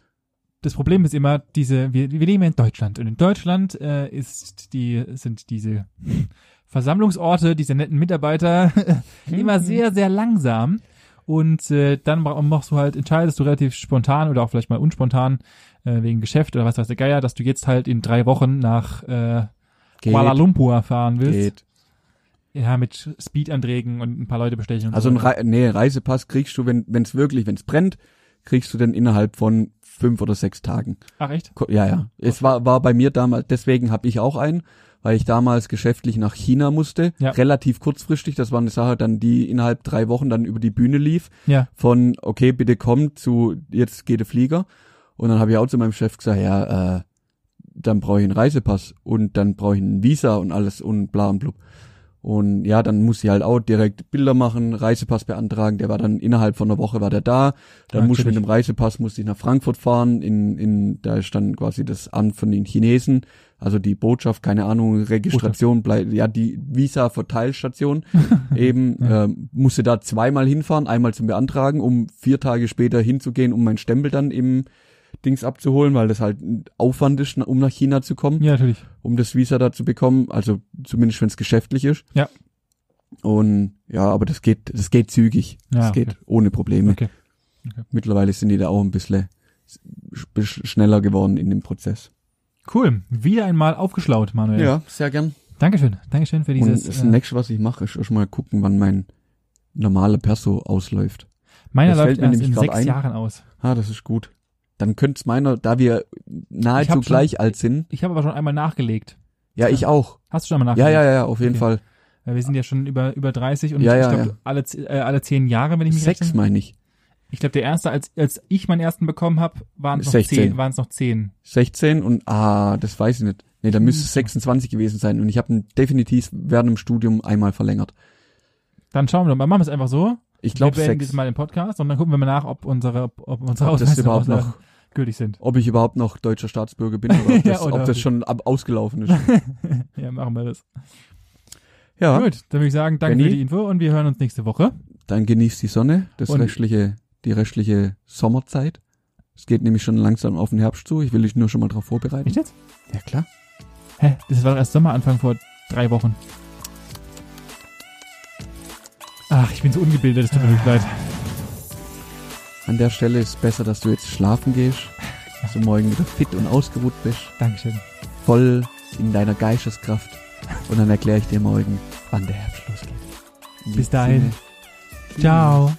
[SPEAKER 2] das Problem ist immer, diese, wir, wir leben ja in Deutschland und in Deutschland äh, ist die, sind diese Versammlungsorte, diese netten Mitarbeiter
[SPEAKER 1] Mhm.
[SPEAKER 2] immer sehr, sehr langsam. Und äh, dann bra- machst du halt, entscheidest du relativ spontan oder auch vielleicht mal unspontan äh, wegen Geschäft oder was weiß der Geier, dass du jetzt halt in drei Wochen nach äh,
[SPEAKER 1] Geht,
[SPEAKER 2] Kuala Lumpur fahren willst.
[SPEAKER 1] geht.
[SPEAKER 2] Ja, mit Speedanträgen und ein paar Leute bestechen. Und
[SPEAKER 1] Also
[SPEAKER 2] so
[SPEAKER 1] ein
[SPEAKER 2] weiter.
[SPEAKER 1] Re nee, Reisepass kriegst du, wenn wenn's wirklich, wenn's brennt, kriegst du den innerhalb von fünf oder sechs Tagen.
[SPEAKER 2] Ach echt?
[SPEAKER 1] Ko- Ja, ja. Es war war bei mir damals, deswegen habe ich auch einen, weil ich damals geschäftlich nach China musste,
[SPEAKER 2] Ja.
[SPEAKER 1] relativ kurzfristig. Das war eine Sache, dann die innerhalb drei Wochen dann über die Bühne lief.
[SPEAKER 2] Ja.
[SPEAKER 1] Von okay, bitte komm zu jetzt geht der Flieger. Und dann habe ich auch zu meinem Chef gesagt, ja, äh, dann brauche ich einen Reisepass und dann brauche ich ein Visa und alles und bla und blub. Und ja, dann muss sie halt auch direkt Bilder machen, Reisepass beantragen. Der war dann innerhalb von einer Woche war der da. Dann
[SPEAKER 2] Ja,
[SPEAKER 1] muss ich mit
[SPEAKER 2] natürlich.
[SPEAKER 1] dem Reisepass muss ich nach Frankfurt fahren. In, in, da ist dann quasi das Amt von den Chinesen. Also die Botschaft, keine Ahnung, Registration, blei- ja, die Visa-Verteilstation
[SPEAKER 2] Mhm.
[SPEAKER 1] eben, ähm, musste da zweimal hinfahren, einmal zum Beantragen, um vier Tage später hinzugehen, um meinen Stempel dann im Dings abzuholen, weil das halt ein Aufwand ist, um nach China zu kommen
[SPEAKER 2] Ja, natürlich.
[SPEAKER 1] um das Visa da zu bekommen, also zumindest wenn es geschäftlich ist.
[SPEAKER 2] Ja.
[SPEAKER 1] Und ja, aber das geht, das geht zügig.
[SPEAKER 2] Ja,
[SPEAKER 1] das geht
[SPEAKER 2] okay.
[SPEAKER 1] ohne Probleme.
[SPEAKER 2] Okay. Okay.
[SPEAKER 1] Mittlerweile sind die da auch ein bisschen sch- bisch- schneller geworden in dem Prozess.
[SPEAKER 2] Cool. Wieder einmal aufgeschlaut, Manuel.
[SPEAKER 1] sehr gern.
[SPEAKER 2] Dankeschön. Dankeschön für
[SPEAKER 1] Und
[SPEAKER 2] dieses.
[SPEAKER 1] das
[SPEAKER 2] äh,
[SPEAKER 1] nächste, was ich mache, ist erstmal gucken, wann mein normaler Perso ausläuft.
[SPEAKER 2] meiner
[SPEAKER 1] das fällt
[SPEAKER 2] läuft
[SPEAKER 1] mir
[SPEAKER 2] erst
[SPEAKER 1] nämlich
[SPEAKER 2] in
[SPEAKER 1] grad
[SPEAKER 2] sechs
[SPEAKER 1] ein.
[SPEAKER 2] Jahren aus.
[SPEAKER 1] Ah, das ist gut. Dann könnte es meiner, da wir
[SPEAKER 2] Ich hab
[SPEAKER 1] nahezu
[SPEAKER 2] schon-
[SPEAKER 1] gleich alt sind.
[SPEAKER 2] Ich habe aber schon einmal nachgelegt.
[SPEAKER 1] Ja, ich auch.
[SPEAKER 2] Hast du schon einmal
[SPEAKER 1] Ja,
[SPEAKER 2] nachgelegt?
[SPEAKER 1] ja, ja, auf jeden
[SPEAKER 2] Okay.
[SPEAKER 1] Fall.
[SPEAKER 2] Weil wir sind ja schon über, über 30 und
[SPEAKER 1] Ja,
[SPEAKER 2] ich
[SPEAKER 1] ja,
[SPEAKER 2] glaube,
[SPEAKER 1] ja.
[SPEAKER 2] alle, ze- äh, alle zehn Jahre, wenn ich mich
[SPEAKER 1] Sechs
[SPEAKER 2] rechne.
[SPEAKER 1] meine ich.
[SPEAKER 2] Ich glaube, der erste, als, als ich meinen ersten bekommen habe, waren es noch
[SPEAKER 1] 16.
[SPEAKER 2] zehn. Waren es noch zehn.
[SPEAKER 1] 16 und ah, das weiß ich nicht. Nee, da
[SPEAKER 2] Hm.
[SPEAKER 1] müsste es 26 gewesen sein und ich habe ihn definitiv während dem Studium einmal verlängert.
[SPEAKER 2] Dann schauen wir doch mal. Machen wir es einfach so.
[SPEAKER 1] Ich glaube
[SPEAKER 2] wir
[SPEAKER 1] 6.
[SPEAKER 2] beenden dieses Mal den Podcast und dann gucken wir mal nach, ob unsere, ob, ob unsere
[SPEAKER 1] Ob das
[SPEAKER 2] Ausweise
[SPEAKER 1] überhaupt
[SPEAKER 2] auslaufen-
[SPEAKER 1] noch-
[SPEAKER 2] gültig sind.
[SPEAKER 1] Ob ich überhaupt noch deutscher Staatsbürger bin oder ob
[SPEAKER 2] Ja,
[SPEAKER 1] das,
[SPEAKER 2] oder
[SPEAKER 1] ob
[SPEAKER 2] ob
[SPEAKER 1] das
[SPEAKER 2] ich-
[SPEAKER 1] schon ab ausgelaufen ist.
[SPEAKER 2] Ja, machen wir das.
[SPEAKER 1] Ja,
[SPEAKER 2] Gut, dann würde ich sagen, danke
[SPEAKER 1] Benni?
[SPEAKER 2] für die Info und wir hören uns nächste Woche.
[SPEAKER 1] dann genießt die Sonne, das
[SPEAKER 2] Und-
[SPEAKER 1] restliche, die restliche Sommerzeit. Es geht nämlich schon langsam auf den Herbst zu. Ich will dich nur schon mal drauf vorbereiten.
[SPEAKER 2] Echt jetzt?
[SPEAKER 1] Ja klar.
[SPEAKER 2] Hä? Das war doch erst Sommeranfang vor drei Wochen. Ach, ich bin so ungebildet, es tut mir wirklich leid.
[SPEAKER 1] An der Stelle ist besser, dass du jetzt schlafen gehst, dass du morgen wieder fit und ausgeruht bist.
[SPEAKER 2] Dankeschön.
[SPEAKER 1] voll in deiner Geisteskraft. Und dann erkläre ich dir morgen, wann der Herbst losgeht. In diesem
[SPEAKER 2] Bis dahin.
[SPEAKER 1] Sinne.
[SPEAKER 2] Ciao.